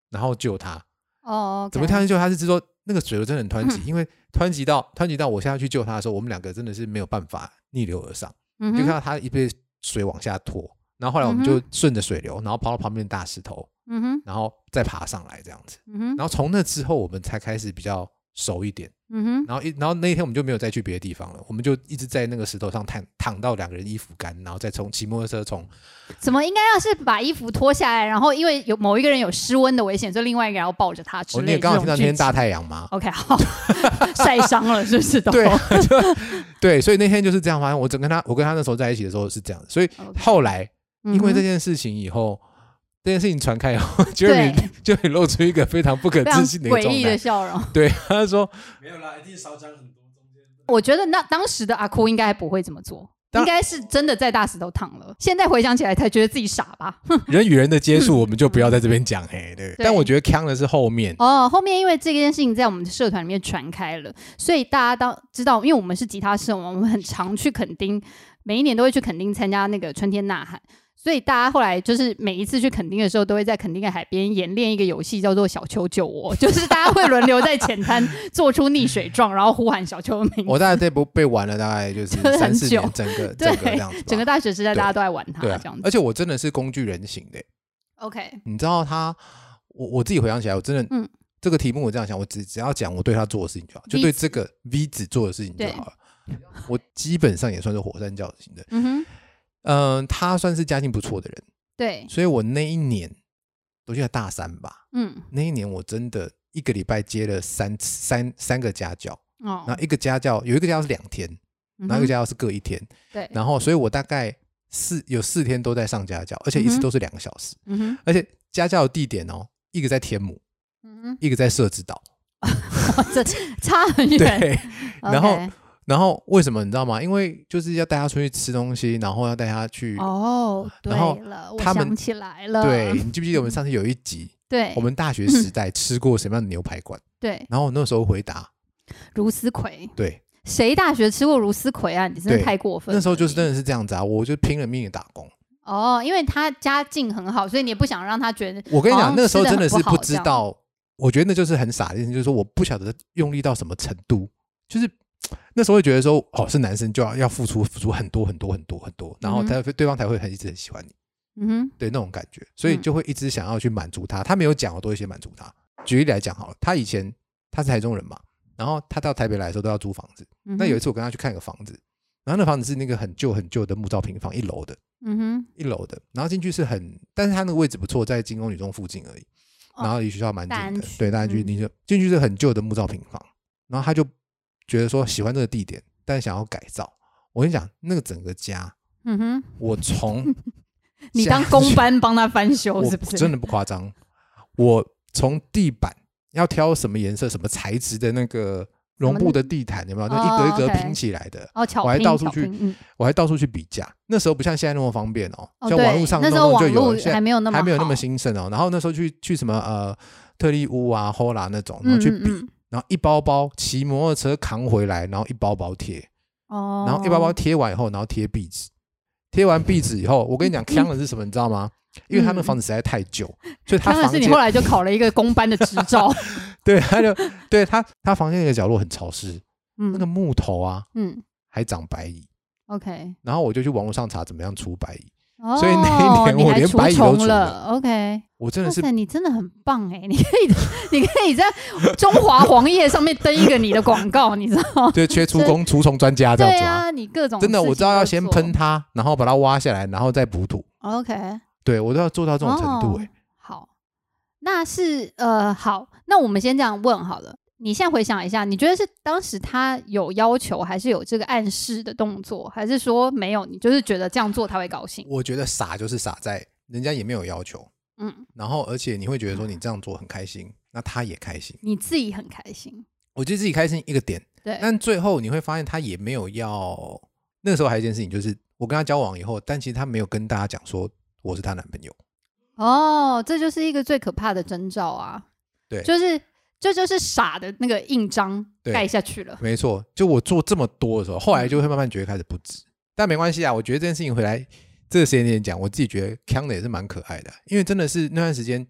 [SPEAKER 2] 然后救他，
[SPEAKER 3] 哦，
[SPEAKER 2] 怎么跳？下去救他是说那个水流真的很湍
[SPEAKER 3] 嗯
[SPEAKER 2] 急，因为湍急到湍急到我下去救他的时候，我们两个真的是没有办法逆流而上。
[SPEAKER 3] 嗯
[SPEAKER 2] 就看
[SPEAKER 3] 哼，
[SPEAKER 2] 到他一被水往下拖，然后后来我们就
[SPEAKER 3] 嗯
[SPEAKER 2] 顺着水流，然后跑到旁边的大石头，
[SPEAKER 3] 嗯哼，
[SPEAKER 2] 然后再爬上来这样子。
[SPEAKER 3] 嗯哼，
[SPEAKER 2] 然后从那之后，我们才开始比较熟一点。
[SPEAKER 3] 嗯哼，
[SPEAKER 2] 然后一，然后那一天我们就没有再去别的地方了，我们就一直在那个石头上躺躺到两个人衣服干，然后再从骑摩托车从
[SPEAKER 3] 怎么应该要是把衣服脱下来，然后因为有某一个人有失温的危险，所以另外一个人要抱着他之
[SPEAKER 2] 哦，
[SPEAKER 3] 类
[SPEAKER 2] 你也
[SPEAKER 3] 的
[SPEAKER 2] 刚好
[SPEAKER 3] 这
[SPEAKER 2] 听
[SPEAKER 3] 种
[SPEAKER 2] 到
[SPEAKER 3] 剧
[SPEAKER 2] 那天大
[SPEAKER 3] 情。
[SPEAKER 2] 太阳吗？
[SPEAKER 3] OK，好， 晒伤了是不是都？
[SPEAKER 2] 对啊对，所以那天就是这样发生。我整跟他，我跟他那时候在一起的时候是这样，所以
[SPEAKER 3] OK
[SPEAKER 2] 后来
[SPEAKER 3] 嗯哼，
[SPEAKER 2] 因为这件事情以后，这件事情传开以后，Jerry Jerry 露出一个非常不可
[SPEAKER 3] 非常
[SPEAKER 2] 置信的一个
[SPEAKER 3] 诡
[SPEAKER 2] 状
[SPEAKER 3] 异的
[SPEAKER 2] 态。
[SPEAKER 3] 笑容。
[SPEAKER 2] 对，他说
[SPEAKER 4] 没有啦，一定少讲 很多，中间
[SPEAKER 3] 我觉得那当时的阿哭应该还不会这么做，
[SPEAKER 2] 当
[SPEAKER 3] 应该是真的在大石头躺了。现在回想起来才觉得自己傻吧。
[SPEAKER 2] 人与人的接触，我们就不要在这边讲嘿，对。但我觉得康的是后面，
[SPEAKER 3] 哦，后面因为这件事情在我们的社团里面传开了，所以大家当知道，因为我们是吉他社嘛，我们很常去垦丁，每一年都会去垦丁参加那个春天呐喊。所以大家后来就是每一次去垦丁的时候，都会在垦丁的海边演练一个游戏，叫做“小球 救我”，就是大家会轮流在浅滩做出溺水状，然后呼喊小球的名字。
[SPEAKER 2] 我大概这部被玩了大概就是
[SPEAKER 3] 真的
[SPEAKER 2] 三
[SPEAKER 3] 很
[SPEAKER 2] 四
[SPEAKER 3] 久
[SPEAKER 2] 年，整个
[SPEAKER 3] 对
[SPEAKER 2] 整个这样子，吧。
[SPEAKER 3] 整个大学时代
[SPEAKER 2] 对
[SPEAKER 3] 大家都在玩它，
[SPEAKER 2] 对啊
[SPEAKER 3] 这样，子
[SPEAKER 2] 而。且我真的是工具人型的，
[SPEAKER 3] OK，
[SPEAKER 2] 你知道他，我我自己回想起来，我真的，
[SPEAKER 3] 嗯
[SPEAKER 2] 这个题目我这样想，我只只要讲我对他做的事情就好，就
[SPEAKER 3] V
[SPEAKER 2] 对
[SPEAKER 3] 子
[SPEAKER 2] 这个 V 子做的事情就
[SPEAKER 3] 对
[SPEAKER 2] 好了。我基本上也算是火山教型的，
[SPEAKER 3] 嗯哼，
[SPEAKER 2] 嗯，他算是家境不错的人，
[SPEAKER 3] 对，
[SPEAKER 2] 所以我那一年，我记得大三吧，
[SPEAKER 3] 嗯，
[SPEAKER 2] 那一年我真的一个礼拜接了三次三三个家教，
[SPEAKER 3] 哦
[SPEAKER 2] 然，后一个家教有一个家教是两天，
[SPEAKER 3] 嗯
[SPEAKER 2] 然后一个
[SPEAKER 3] 哼
[SPEAKER 2] 家教是各一天，
[SPEAKER 3] 对，
[SPEAKER 2] 然后所以我大概四有四天都在上家教，而且一
[SPEAKER 3] 嗯
[SPEAKER 2] 次
[SPEAKER 3] 哼
[SPEAKER 2] 都是两个小时，
[SPEAKER 3] 嗯哼，
[SPEAKER 2] 而且家教的地点哦，一个在天母，
[SPEAKER 3] 嗯
[SPEAKER 2] 一个在社子 岛，
[SPEAKER 3] 哼， 哇，这差很远。
[SPEAKER 2] 对，然后
[SPEAKER 3] OK
[SPEAKER 2] 然后为什么你知道吗？因为就是要带他出去吃东西，然后要带他去。
[SPEAKER 3] 哦，对
[SPEAKER 2] 然后
[SPEAKER 3] 了，我
[SPEAKER 2] 他们
[SPEAKER 3] 想起来了，
[SPEAKER 2] 对，你记不记得我们上次有一集，
[SPEAKER 3] 对，
[SPEAKER 2] 我们大学时代吃过什么样的牛排馆？
[SPEAKER 3] 对
[SPEAKER 2] 然后我那时候回答，
[SPEAKER 3] 茹丝葵，
[SPEAKER 2] 对，
[SPEAKER 3] 谁大学吃过茹丝葵啊？你真的
[SPEAKER 2] 对
[SPEAKER 3] 太过分了。
[SPEAKER 2] 那时候就是真
[SPEAKER 3] 你
[SPEAKER 2] 的是这样子啊，我就拼了命的打工。
[SPEAKER 3] 哦，因为他家境很好，所以你也不想让他觉得
[SPEAKER 2] 我跟你
[SPEAKER 3] 哦
[SPEAKER 2] 讲，那时候真的是
[SPEAKER 3] 吃得很不
[SPEAKER 2] 不
[SPEAKER 3] 好
[SPEAKER 2] 知道，我觉得那就是很傻的事情，就是说我不晓得用力到什么程度，就是嘖那时候会觉得说，哦，是男生就要要付出付出很多很多很多很多，然后他、对方才会很一直很喜欢你，
[SPEAKER 3] 嗯哼，
[SPEAKER 2] 对那种感觉，所以
[SPEAKER 3] 嗯
[SPEAKER 2] 就会一直想要去满足他。他没有讲，我都会先满足他。举例来讲好了，他以前他是台中人嘛，然后他到台北来的时候都要租房子。
[SPEAKER 3] 嗯哼
[SPEAKER 2] 那有一次我跟他去看一个房子，然后那房子是那个很旧很旧的木造平房，一楼的，
[SPEAKER 3] 嗯哼，
[SPEAKER 2] 一楼的，然后进去是很，但是它那个位置不错，在金宫女中附近而已，
[SPEAKER 3] 哦
[SPEAKER 2] 然后离学校蛮
[SPEAKER 3] 大安
[SPEAKER 2] 近的
[SPEAKER 3] 区，
[SPEAKER 2] 对，大安区
[SPEAKER 3] 嗯
[SPEAKER 2] 离就进去是很旧的木造平房，然后他就觉得说喜欢这个地点，但想要改造。我跟你讲，那个整个家，
[SPEAKER 3] 嗯哼，
[SPEAKER 2] 我 从
[SPEAKER 3] 你
[SPEAKER 2] 下
[SPEAKER 3] 当公
[SPEAKER 2] 去
[SPEAKER 3] 班帮他翻修
[SPEAKER 2] 我
[SPEAKER 3] 是不是？
[SPEAKER 2] 真的不夸张，我从地板要挑什么颜色、什么材质的那个绒布的地毯，有没有？那一格一
[SPEAKER 3] 哦
[SPEAKER 2] 格
[SPEAKER 3] ，OK
[SPEAKER 2] 拼起来的，
[SPEAKER 3] 哦，巧
[SPEAKER 2] 我还
[SPEAKER 3] 拼
[SPEAKER 2] 到处
[SPEAKER 3] 巧
[SPEAKER 2] 去
[SPEAKER 3] 拼嗯
[SPEAKER 2] 我还到处去比价。那时候不像现在那么方便哦，
[SPEAKER 3] 哦，
[SPEAKER 2] 像
[SPEAKER 3] 对
[SPEAKER 2] 网络上
[SPEAKER 3] 那
[SPEAKER 2] 弄
[SPEAKER 3] 时候
[SPEAKER 2] 弄就
[SPEAKER 3] 网
[SPEAKER 2] 有
[SPEAKER 3] 络
[SPEAKER 2] 了，现在
[SPEAKER 3] 还没有那么
[SPEAKER 2] 还没有那
[SPEAKER 3] 好
[SPEAKER 2] 么兴盛哦。然后那时候去去什么呃特利屋啊、Hola 那种，然
[SPEAKER 3] 嗯
[SPEAKER 2] 后去
[SPEAKER 3] 嗯
[SPEAKER 2] 比，
[SPEAKER 3] 嗯
[SPEAKER 2] 然后一包包骑摩托车扛回来，然后一包包贴，
[SPEAKER 3] 哦，
[SPEAKER 2] 然后一包包贴完以后，然后贴壁纸，贴完壁纸以后，我跟你讲， 坑的是什么，你知道吗？因为他那
[SPEAKER 3] 嗯
[SPEAKER 2] 房子实在太旧，所以他
[SPEAKER 3] 当然
[SPEAKER 2] 房
[SPEAKER 3] 嗯是
[SPEAKER 2] 间
[SPEAKER 3] 你后来就考了一个公班的执照，
[SPEAKER 2] 对他就对他他房间那个角落很潮湿，那个
[SPEAKER 3] 嗯
[SPEAKER 2] 木头啊
[SPEAKER 3] 嗯
[SPEAKER 2] 还长白蚁，
[SPEAKER 3] ，OK，
[SPEAKER 2] 然后我就去网络上查怎么样除白蚁，
[SPEAKER 3] 哦，
[SPEAKER 2] 所以那一年
[SPEAKER 3] 你
[SPEAKER 2] 我
[SPEAKER 3] 还
[SPEAKER 2] 连
[SPEAKER 3] 除
[SPEAKER 2] 白蚁都
[SPEAKER 3] 虫
[SPEAKER 2] 除
[SPEAKER 3] 了
[SPEAKER 2] 了
[SPEAKER 3] ，OK，
[SPEAKER 2] 我真
[SPEAKER 3] 哇
[SPEAKER 2] 的是
[SPEAKER 3] 塞，你真的很棒哎！你可以， 你可以在中华黄页上面登一个你的广告，你知道？
[SPEAKER 2] 就缺出
[SPEAKER 3] 这
[SPEAKER 2] 工除虫专家 这样
[SPEAKER 3] 对
[SPEAKER 2] 子啊。
[SPEAKER 3] 啊，你各种
[SPEAKER 2] 真的，
[SPEAKER 3] 事情
[SPEAKER 2] 我知道
[SPEAKER 3] 都
[SPEAKER 2] 要先
[SPEAKER 3] 做
[SPEAKER 2] 喷。它，然后把它挖下来，然后再补土。
[SPEAKER 3] OK，
[SPEAKER 2] 对我都要做到这种程度、
[SPEAKER 3] 哦
[SPEAKER 2] 欸，哎、
[SPEAKER 3] 好，那是呃，好，那我们先这样问好了。你现在回想一下，你觉得是当时他有要求，还是有这个暗示的动作，还是说没有？你就是觉得这样做他会高兴？
[SPEAKER 2] 我觉得傻就是傻在人家也没有要求，
[SPEAKER 3] 嗯，
[SPEAKER 2] 然后而且你会觉得说你这样做很开心，那他也开心。
[SPEAKER 3] 你自己很开心，
[SPEAKER 2] 我觉得自己开心一个点，
[SPEAKER 3] 对，
[SPEAKER 2] 但最后你会发现他也没有要。那个时候还有一件事情，就是我跟他交往以后，但其实他没有跟大家讲说我是她男朋友。
[SPEAKER 3] 哦，这就是一个最可怕的征兆啊！
[SPEAKER 2] 对
[SPEAKER 3] 就是这就是傻的那个印章
[SPEAKER 2] 对
[SPEAKER 3] 盖下去了。
[SPEAKER 2] 没错，就我做这么多的时候，后来就会慢慢觉得开始不值，但没关系啊。我觉得这件事情回来这个时间点讲，我自己觉得康的也是蛮可爱的，啊因为真的是那段时间，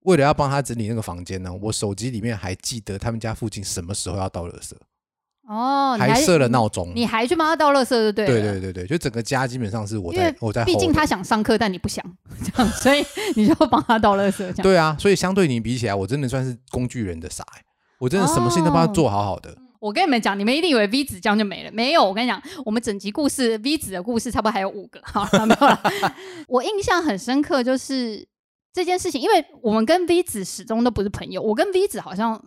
[SPEAKER 2] 为了要帮他整理那个房间呢，我手机里面还记得他们家附近什么时候要倒垃圾，
[SPEAKER 3] 哦，你
[SPEAKER 2] 还设了闹钟。
[SPEAKER 3] 你还去帮他倒垃圾，就对了。
[SPEAKER 2] 对对对对，就整个家基本上是我
[SPEAKER 3] 因
[SPEAKER 2] 在
[SPEAKER 3] 为
[SPEAKER 2] 我在 hold 的，
[SPEAKER 3] 毕竟他想上课，但你不想， 这样，所以你就帮他倒垃圾，这样。
[SPEAKER 2] 对啊，所以相对你比起来，我真的算是工具人的傻、欸，我真的什么事情都帮他做好好的。
[SPEAKER 3] 我跟你们讲，你们一定以为 V 子这样就没了，没有。我跟你讲，我们整集故事 V 子的故事差不多还有五个，好了，没 有了。我印象很深刻，就是这件事情，因为我们跟 V 子始终都不是朋友，我跟 V 子好像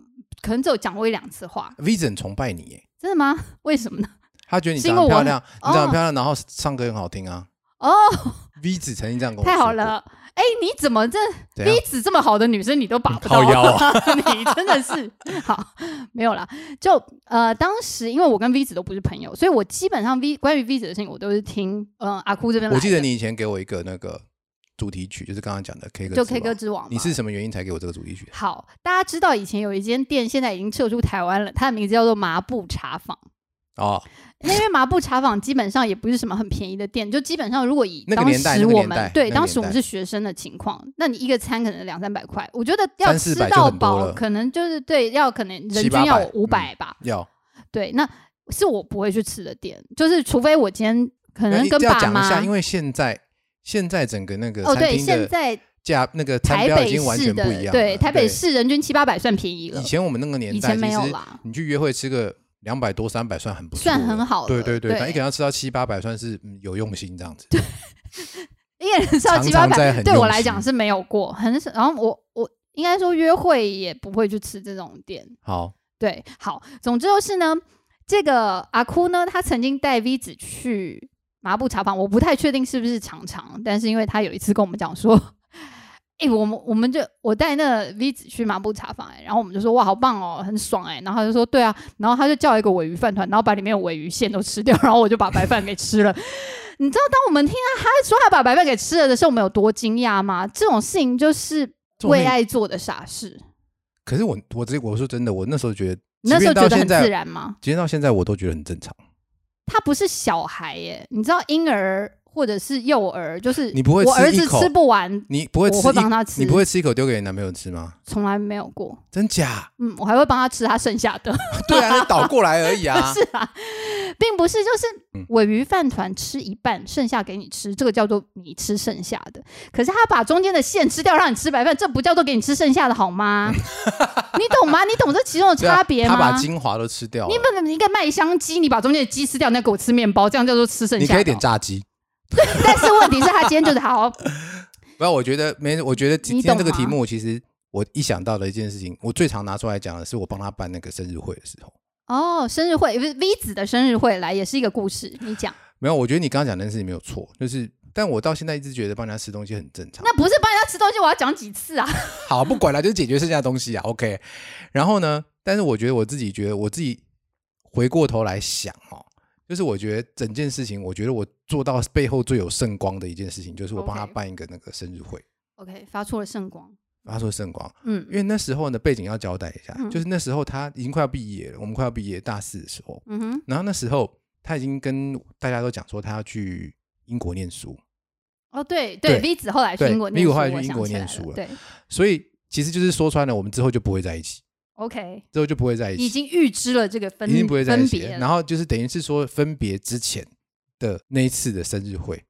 [SPEAKER 3] 可能只有讲过一两次话，
[SPEAKER 2] V 子很崇拜你、欸，
[SPEAKER 3] 真的吗？ 为什么呢？
[SPEAKER 2] 他觉得你
[SPEAKER 3] 是因
[SPEAKER 2] 长
[SPEAKER 3] 为
[SPEAKER 2] 得
[SPEAKER 3] 我
[SPEAKER 2] 漂亮，你长
[SPEAKER 3] 哦
[SPEAKER 2] 得漂亮，然后唱歌很好听啊。
[SPEAKER 3] 哦，
[SPEAKER 2] V 子曾经这样跟我
[SPEAKER 3] 太好
[SPEAKER 2] 说过，
[SPEAKER 3] 了。哎，你怎么 这
[SPEAKER 2] 怎样
[SPEAKER 3] V 子这么好的女生你都把不到？
[SPEAKER 2] 靠腰啊
[SPEAKER 3] 你真的是好没有啦。就呃，当时因为我跟 V 子都不是朋友，所以我基本上 V 关于 V 子的事情我都是听嗯、呃阿哭这边来的。
[SPEAKER 2] 我记得你以前给我一个那个主题曲，就是刚刚讲的 K 歌，
[SPEAKER 3] 就 K 歌，之王嘛，
[SPEAKER 2] 你是什么啊原因才给我这个主题曲？
[SPEAKER 3] 好，大家知道以前有一间店，现在已经撤出台湾了，它的名字叫做麻布茶坊。
[SPEAKER 2] 哦，
[SPEAKER 3] 那因为麻布茶坊基本上也不是什么很便宜的店，就基本上如果以
[SPEAKER 2] 那个
[SPEAKER 3] 当
[SPEAKER 2] 年代
[SPEAKER 3] 时
[SPEAKER 2] 那个
[SPEAKER 3] 我
[SPEAKER 2] 年
[SPEAKER 3] 们、
[SPEAKER 2] 代
[SPEAKER 3] 对
[SPEAKER 2] 那个
[SPEAKER 3] 当时
[SPEAKER 2] 年
[SPEAKER 3] 我们
[SPEAKER 2] 代
[SPEAKER 3] 是学生的情况，那你一个餐可能两三百块，我觉得要
[SPEAKER 2] 三
[SPEAKER 3] 吃
[SPEAKER 2] 四百就
[SPEAKER 3] 到
[SPEAKER 2] 很多
[SPEAKER 3] 饱，
[SPEAKER 2] 了
[SPEAKER 3] 可能就是对要可能人
[SPEAKER 2] 七
[SPEAKER 3] 均
[SPEAKER 2] 八
[SPEAKER 3] 要
[SPEAKER 2] 百嗯
[SPEAKER 3] 五百吧。
[SPEAKER 2] 要
[SPEAKER 3] 对，那是我不会去吃的店，就是除非我今天可
[SPEAKER 2] 那
[SPEAKER 3] 能
[SPEAKER 2] 你
[SPEAKER 3] 跟
[SPEAKER 2] 要
[SPEAKER 3] 爸
[SPEAKER 2] 讲一下，因
[SPEAKER 3] 妈。
[SPEAKER 2] 为现在现在整个那个
[SPEAKER 3] 哦，
[SPEAKER 2] 餐
[SPEAKER 3] 对，
[SPEAKER 2] 厅
[SPEAKER 3] 现
[SPEAKER 2] 的
[SPEAKER 3] 在
[SPEAKER 2] 价那个餐
[SPEAKER 3] 台
[SPEAKER 2] 标已
[SPEAKER 3] 北
[SPEAKER 2] 经完
[SPEAKER 3] 市
[SPEAKER 2] 全
[SPEAKER 3] 的
[SPEAKER 2] 不一样了，
[SPEAKER 3] 对台北
[SPEAKER 2] 对
[SPEAKER 3] 市人均七八百算便宜了
[SPEAKER 2] 以，前我们那个年
[SPEAKER 3] 以
[SPEAKER 2] 代
[SPEAKER 3] 前没
[SPEAKER 2] 其
[SPEAKER 3] 有
[SPEAKER 2] 实
[SPEAKER 3] 啦。
[SPEAKER 2] 你去约会吃个两百多三百算很不错，
[SPEAKER 3] 算很。好了，
[SPEAKER 2] 对对对，
[SPEAKER 3] 对，
[SPEAKER 2] 但一个人要吃到七八百，算是嗯有用心这样子。
[SPEAKER 3] 一个人
[SPEAKER 2] 常
[SPEAKER 3] 上啊七八
[SPEAKER 2] 常在
[SPEAKER 3] 百，
[SPEAKER 2] 很
[SPEAKER 3] 对我
[SPEAKER 2] 用
[SPEAKER 3] 来
[SPEAKER 2] 心
[SPEAKER 3] 讲是没有过，很少。然后我我应该说约会也不会去吃这种店。
[SPEAKER 2] 好，
[SPEAKER 3] 对，好，总之就是呢，这个阿哭呢，他曾经带 V 子去麻布茶坊，我不太确定是不是常常，但是因为他有一次跟我们讲说，哎、我们我们就我带那 V 子去麻布茶坊、哎，然后我们就说哇，好棒哦，很爽哎、然后他就说对啊，然后他就叫一个尾鱼饭团，然后把里面的尾鱼馅都吃掉，然后我就把白饭给吃了。 你知道，当我们听到他说他把白饭给吃了的时候，我们有多惊讶吗？这种事情就是
[SPEAKER 2] 这种
[SPEAKER 3] 为
[SPEAKER 2] 内
[SPEAKER 3] 爱做的傻事。
[SPEAKER 2] 可是我我直接我说真的，我那时候觉得，
[SPEAKER 3] 你那时候
[SPEAKER 2] 即便到
[SPEAKER 3] 觉得
[SPEAKER 2] 现
[SPEAKER 3] 很
[SPEAKER 2] 在
[SPEAKER 3] 自然吗？
[SPEAKER 2] 今天到现在我都觉得很正常。
[SPEAKER 3] 他不是小孩耶，你知道婴儿或者是幼儿，就是
[SPEAKER 2] 你不会
[SPEAKER 3] 我
[SPEAKER 2] 吃
[SPEAKER 3] 儿
[SPEAKER 2] 一
[SPEAKER 3] 子
[SPEAKER 2] 口
[SPEAKER 3] 吃不完，
[SPEAKER 2] 你不会吃
[SPEAKER 3] 我
[SPEAKER 2] 一，
[SPEAKER 3] 会帮他吃
[SPEAKER 2] 你不会吃一口丢给你男朋友吃吗？
[SPEAKER 3] 从来没有过。
[SPEAKER 2] 真假？
[SPEAKER 3] 嗯，我还会帮他吃他剩下的，。
[SPEAKER 2] 对啊，你倒过来而已啊
[SPEAKER 3] 是啊，并不是就是
[SPEAKER 2] 嗯
[SPEAKER 3] 尾鱼饭团吃一半，剩下给你吃，这个叫做你吃剩下的。可是他把中间的馅吃掉，让你吃白饭，这不叫做给你吃剩下的好 吗？你懂吗？你懂这其中的
[SPEAKER 2] 对啊
[SPEAKER 3] 差别
[SPEAKER 2] 他
[SPEAKER 3] 吗？
[SPEAKER 2] 把精华都吃掉了
[SPEAKER 3] 你。不能一个麦香鸡，你把中间的鸡吃掉，你再给我吃面包，这样叫做吃剩
[SPEAKER 2] 你
[SPEAKER 3] 下的。
[SPEAKER 2] 可以点炸鸡。
[SPEAKER 3] 但是问题是他今天就是好，
[SPEAKER 2] 不要，我觉得没，我觉得今
[SPEAKER 3] 你
[SPEAKER 2] 今天
[SPEAKER 3] 懂
[SPEAKER 2] 这个题
[SPEAKER 3] 吗
[SPEAKER 2] 目，其实我一想到的一件事情，我最常拿出来讲的是我帮他办那个生日会的时候。
[SPEAKER 3] 哦，生日会不是 V 子的生日会来也是一个故事，你讲
[SPEAKER 2] 没有，我觉得你刚刚讲的事情没有错，就是，但我到现在一直觉得帮人家吃东西很正常。
[SPEAKER 3] 那不是帮人家吃东西，我要讲几次啊？
[SPEAKER 2] 好，不管了，就是解决剩下的东西啊。OK，然后呢，但是我觉得我自己觉得我自己回过头来想哦，就是我觉得整件事情，我觉得我做到背后最有圣光的一件事情，就是我帮他
[SPEAKER 3] OK
[SPEAKER 2] 办一个那个生日会。
[SPEAKER 3] OK，发出了圣光，
[SPEAKER 2] 他说圣光，因
[SPEAKER 3] 嗯
[SPEAKER 2] 为那时候呢，背景要交代一下，
[SPEAKER 3] 嗯
[SPEAKER 2] 就是那时候他已经快要毕业了，我们快要毕业大四的时候，
[SPEAKER 3] 嗯哼，
[SPEAKER 2] 然后那时候他已经跟大家都讲说他要去英国念书，
[SPEAKER 3] 哦对
[SPEAKER 2] 对
[SPEAKER 3] 对，V 子后来去
[SPEAKER 2] 对
[SPEAKER 3] 英国
[SPEAKER 2] V
[SPEAKER 3] 念书，
[SPEAKER 2] 后来去
[SPEAKER 3] 我
[SPEAKER 2] 英
[SPEAKER 3] 想
[SPEAKER 2] 国
[SPEAKER 3] 起
[SPEAKER 2] 念
[SPEAKER 3] 来
[SPEAKER 2] 书了
[SPEAKER 3] 对
[SPEAKER 2] 所以其实就是说穿了，我们之后就不会在一起，
[SPEAKER 3] ，OK，
[SPEAKER 2] 之后就不会在一起，
[SPEAKER 3] 已经预知了这个分
[SPEAKER 2] 一定不会在一
[SPEAKER 3] 分
[SPEAKER 2] 起
[SPEAKER 3] 别
[SPEAKER 2] 了。
[SPEAKER 3] 了，
[SPEAKER 2] 然后就是等于是说分别之前的那一次的生日会，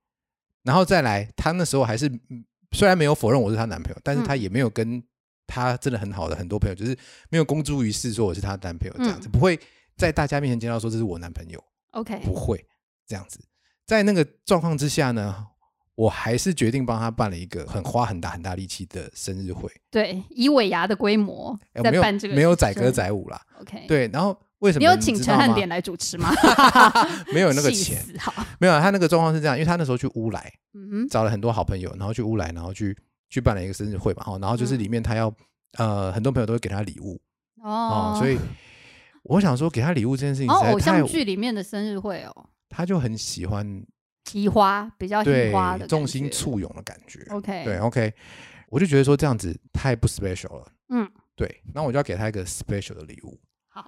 [SPEAKER 2] 然后再来，她那时候还是嗯虽然没有否认我是她男朋友，但是她
[SPEAKER 3] 嗯
[SPEAKER 2] 也没有跟她真的很好的很多朋友，就是没有公诸于世说我是她男朋友这样子，
[SPEAKER 3] 嗯哎
[SPEAKER 2] 不会在大家面前见到说这是我男朋友，
[SPEAKER 3] OK，
[SPEAKER 2] 不会这样子。在那个状况之下呢，我还是决定帮她办了一个很花很大很大力气的生日会，
[SPEAKER 3] 对，以尾牙的规模
[SPEAKER 2] 哎，
[SPEAKER 3] 在
[SPEAKER 2] 没有
[SPEAKER 3] 办这个
[SPEAKER 2] 没有载歌
[SPEAKER 3] 生日
[SPEAKER 2] 载舞啦，
[SPEAKER 3] ，OK，，
[SPEAKER 2] 对，然后。为什么
[SPEAKER 3] 你有
[SPEAKER 2] 知
[SPEAKER 3] 请陈
[SPEAKER 2] 道
[SPEAKER 3] 汉
[SPEAKER 2] 吗
[SPEAKER 3] 典来主 持吗？
[SPEAKER 2] 没有那个
[SPEAKER 3] 气
[SPEAKER 2] 钱，
[SPEAKER 3] 死，好，
[SPEAKER 2] 没有，他那个状况是这样，因为他那时候去乌来，
[SPEAKER 3] 嗯哼，
[SPEAKER 2] 找了很多好朋友，然后去乌来，然后去去办了一个生日会嘛，哦，然后就是
[SPEAKER 3] 嗯
[SPEAKER 2] 里面他要、呃很多朋友都会给他礼物哦
[SPEAKER 3] 哦，
[SPEAKER 2] 所以我想说给他礼物这件事情
[SPEAKER 3] 哦
[SPEAKER 2] 实在
[SPEAKER 3] 偶
[SPEAKER 2] 太，
[SPEAKER 3] 像剧里面的生日会哦，
[SPEAKER 2] 他就很喜欢
[SPEAKER 3] 移花比较移
[SPEAKER 2] 对
[SPEAKER 3] 花的
[SPEAKER 2] 众
[SPEAKER 3] 感
[SPEAKER 2] 星
[SPEAKER 3] 觉
[SPEAKER 2] 簇拥的感觉，
[SPEAKER 3] ，OK，
[SPEAKER 2] 对，OK，我就觉得说这样子太不 special 了，
[SPEAKER 3] 嗯，
[SPEAKER 2] 对，那我就要给他一个 special 的礼物。
[SPEAKER 3] 好，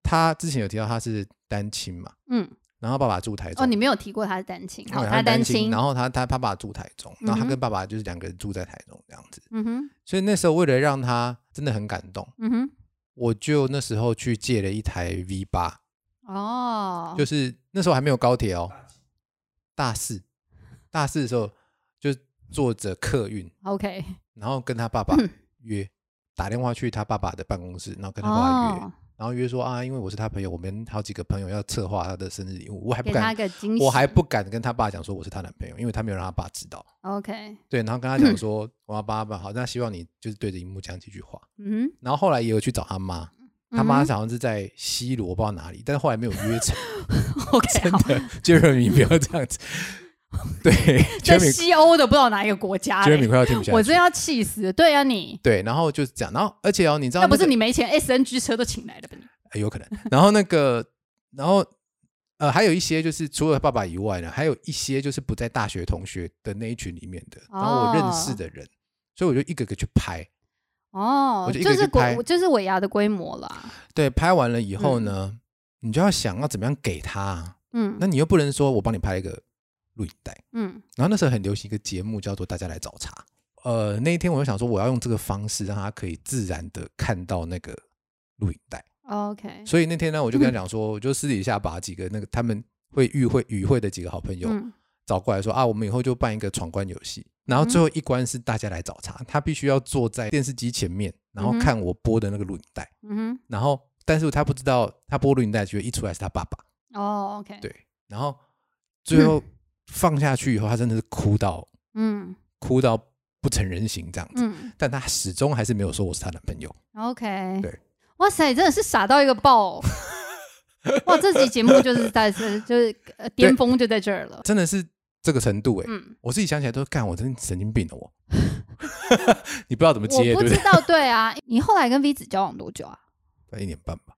[SPEAKER 2] 他之前有提到他是单亲嘛，
[SPEAKER 3] 嗯。
[SPEAKER 2] 然后爸爸住台中，
[SPEAKER 3] 哦，你没有提过他是单亲，好，
[SPEAKER 2] 对
[SPEAKER 3] 哦
[SPEAKER 2] 哦
[SPEAKER 3] 他
[SPEAKER 2] 他
[SPEAKER 3] 单
[SPEAKER 2] 亲，
[SPEAKER 3] 亲，
[SPEAKER 2] 然后他他爸爸住台中，然后
[SPEAKER 3] 嗯
[SPEAKER 2] 他
[SPEAKER 3] 哼
[SPEAKER 2] 跟爸爸就是两个人住在台中这样子，
[SPEAKER 3] 嗯哼，
[SPEAKER 2] 所以那时候为了让他真的很感动，
[SPEAKER 3] 嗯哼，
[SPEAKER 2] 我就那时候去借了一台 V 八，
[SPEAKER 3] 哦，
[SPEAKER 2] 就是那时候还没有高铁哦，大四大四的时候就坐着客运，
[SPEAKER 3] OK，
[SPEAKER 2] 然后跟他爸爸
[SPEAKER 3] 嗯
[SPEAKER 2] 约，打电话去他爸爸的办公室，然后跟他爸爸约，
[SPEAKER 3] 哦，
[SPEAKER 2] 然后约说啊，因为我是他朋友，我们好几个朋友要策划他的生日礼物，我还不
[SPEAKER 3] 给他一
[SPEAKER 2] 敢，
[SPEAKER 3] 个惊喜，
[SPEAKER 2] 我还不敢跟他爸讲说我是他男朋友，因为他没有让他爸知道。
[SPEAKER 3] OK，
[SPEAKER 2] 对，然后跟他
[SPEAKER 3] 嗯
[SPEAKER 2] 讲说我要帮他办好，那希望你就是对着荧幕讲几句话。
[SPEAKER 3] 嗯
[SPEAKER 2] 然后后来也有去找他妈，
[SPEAKER 3] 哼，
[SPEAKER 2] 他妈
[SPEAKER 3] 嗯
[SPEAKER 2] 好
[SPEAKER 3] 哼
[SPEAKER 2] 像是在西罗，不知道哪里，但是后来没有约 成。
[SPEAKER 3] ，OK，好，
[SPEAKER 2] Jeremy 不要这样子，对
[SPEAKER 3] 在
[SPEAKER 2] ，Jeremy
[SPEAKER 3] 西欧的 E 不知道哪一个国家嘞
[SPEAKER 2] Jeremy 快要听不下
[SPEAKER 3] 我
[SPEAKER 2] 去
[SPEAKER 3] 真。要气死了，对啊，你
[SPEAKER 2] 对，然后就是这样，然后而且哦，你知道、
[SPEAKER 3] 那
[SPEAKER 2] 那
[SPEAKER 3] 不是
[SPEAKER 2] 个
[SPEAKER 3] 你没钱，SNG 车都请来的吧你？
[SPEAKER 2] 哎有可能。然后那个，然后呃，还有一些就是除了爸爸以外呢，还有一些就是不在大学同学的那一群里面的，然后我认识
[SPEAKER 3] 哦
[SPEAKER 2] 的人，所以我就一个个去拍。
[SPEAKER 3] 哦
[SPEAKER 2] 我，就一个
[SPEAKER 3] 就
[SPEAKER 2] 去
[SPEAKER 3] 是
[SPEAKER 2] 拍
[SPEAKER 3] 国就是尾牙的规模啦，
[SPEAKER 2] 对，拍完了以后呢，你就要想要怎么样给他、啊。
[SPEAKER 3] 嗯
[SPEAKER 2] 那你又不能说我帮你拍一个录影带。
[SPEAKER 3] 嗯
[SPEAKER 2] 然后那时候很流行一个节目叫做《大家来找茬》。呃，那一天我就想说，我要用这个方式让他可以自然的看到那个录影带。
[SPEAKER 3] 哦，OK，
[SPEAKER 2] 所以那天呢，我就跟
[SPEAKER 3] 嗯
[SPEAKER 2] 他讲说，我就私底下把几个那个他们会与会与会的几个好朋友
[SPEAKER 3] 嗯
[SPEAKER 2] 找过来说啊，我们以后就办一个闯关游戏。然后
[SPEAKER 3] 嗯
[SPEAKER 2] 最后一关是大家来找茬，他必须要坐在电视机前面，然后
[SPEAKER 3] 嗯哼
[SPEAKER 2] 看我播的那个录影带。
[SPEAKER 3] 嗯
[SPEAKER 2] 然后，但是他不知道他播录影带，觉得一出来是他爸爸。
[SPEAKER 3] 哼，哦，OK，
[SPEAKER 2] 对，然后最后放下去以后，他真的是哭到
[SPEAKER 3] 嗯
[SPEAKER 2] 哭到不成人形这样子，
[SPEAKER 3] 嗯
[SPEAKER 2] 但她始终还是没有说我是她男朋友。
[SPEAKER 3] ，OK，
[SPEAKER 2] 对。
[SPEAKER 3] 哇塞，真的是傻到一个爆！哦哇，这期节目就是在就是呃巅峰就在这儿了。
[SPEAKER 2] 真的是这个程度哎、
[SPEAKER 3] 嗯，
[SPEAKER 2] 我自己想起来都干，我真神经病了 我，你不知道怎么接
[SPEAKER 3] 我
[SPEAKER 2] 对
[SPEAKER 3] 不
[SPEAKER 2] 不
[SPEAKER 3] 知
[SPEAKER 2] 对？
[SPEAKER 3] 道， 对啊，你后来跟 V 子交往多久啊？
[SPEAKER 2] 一年半吧，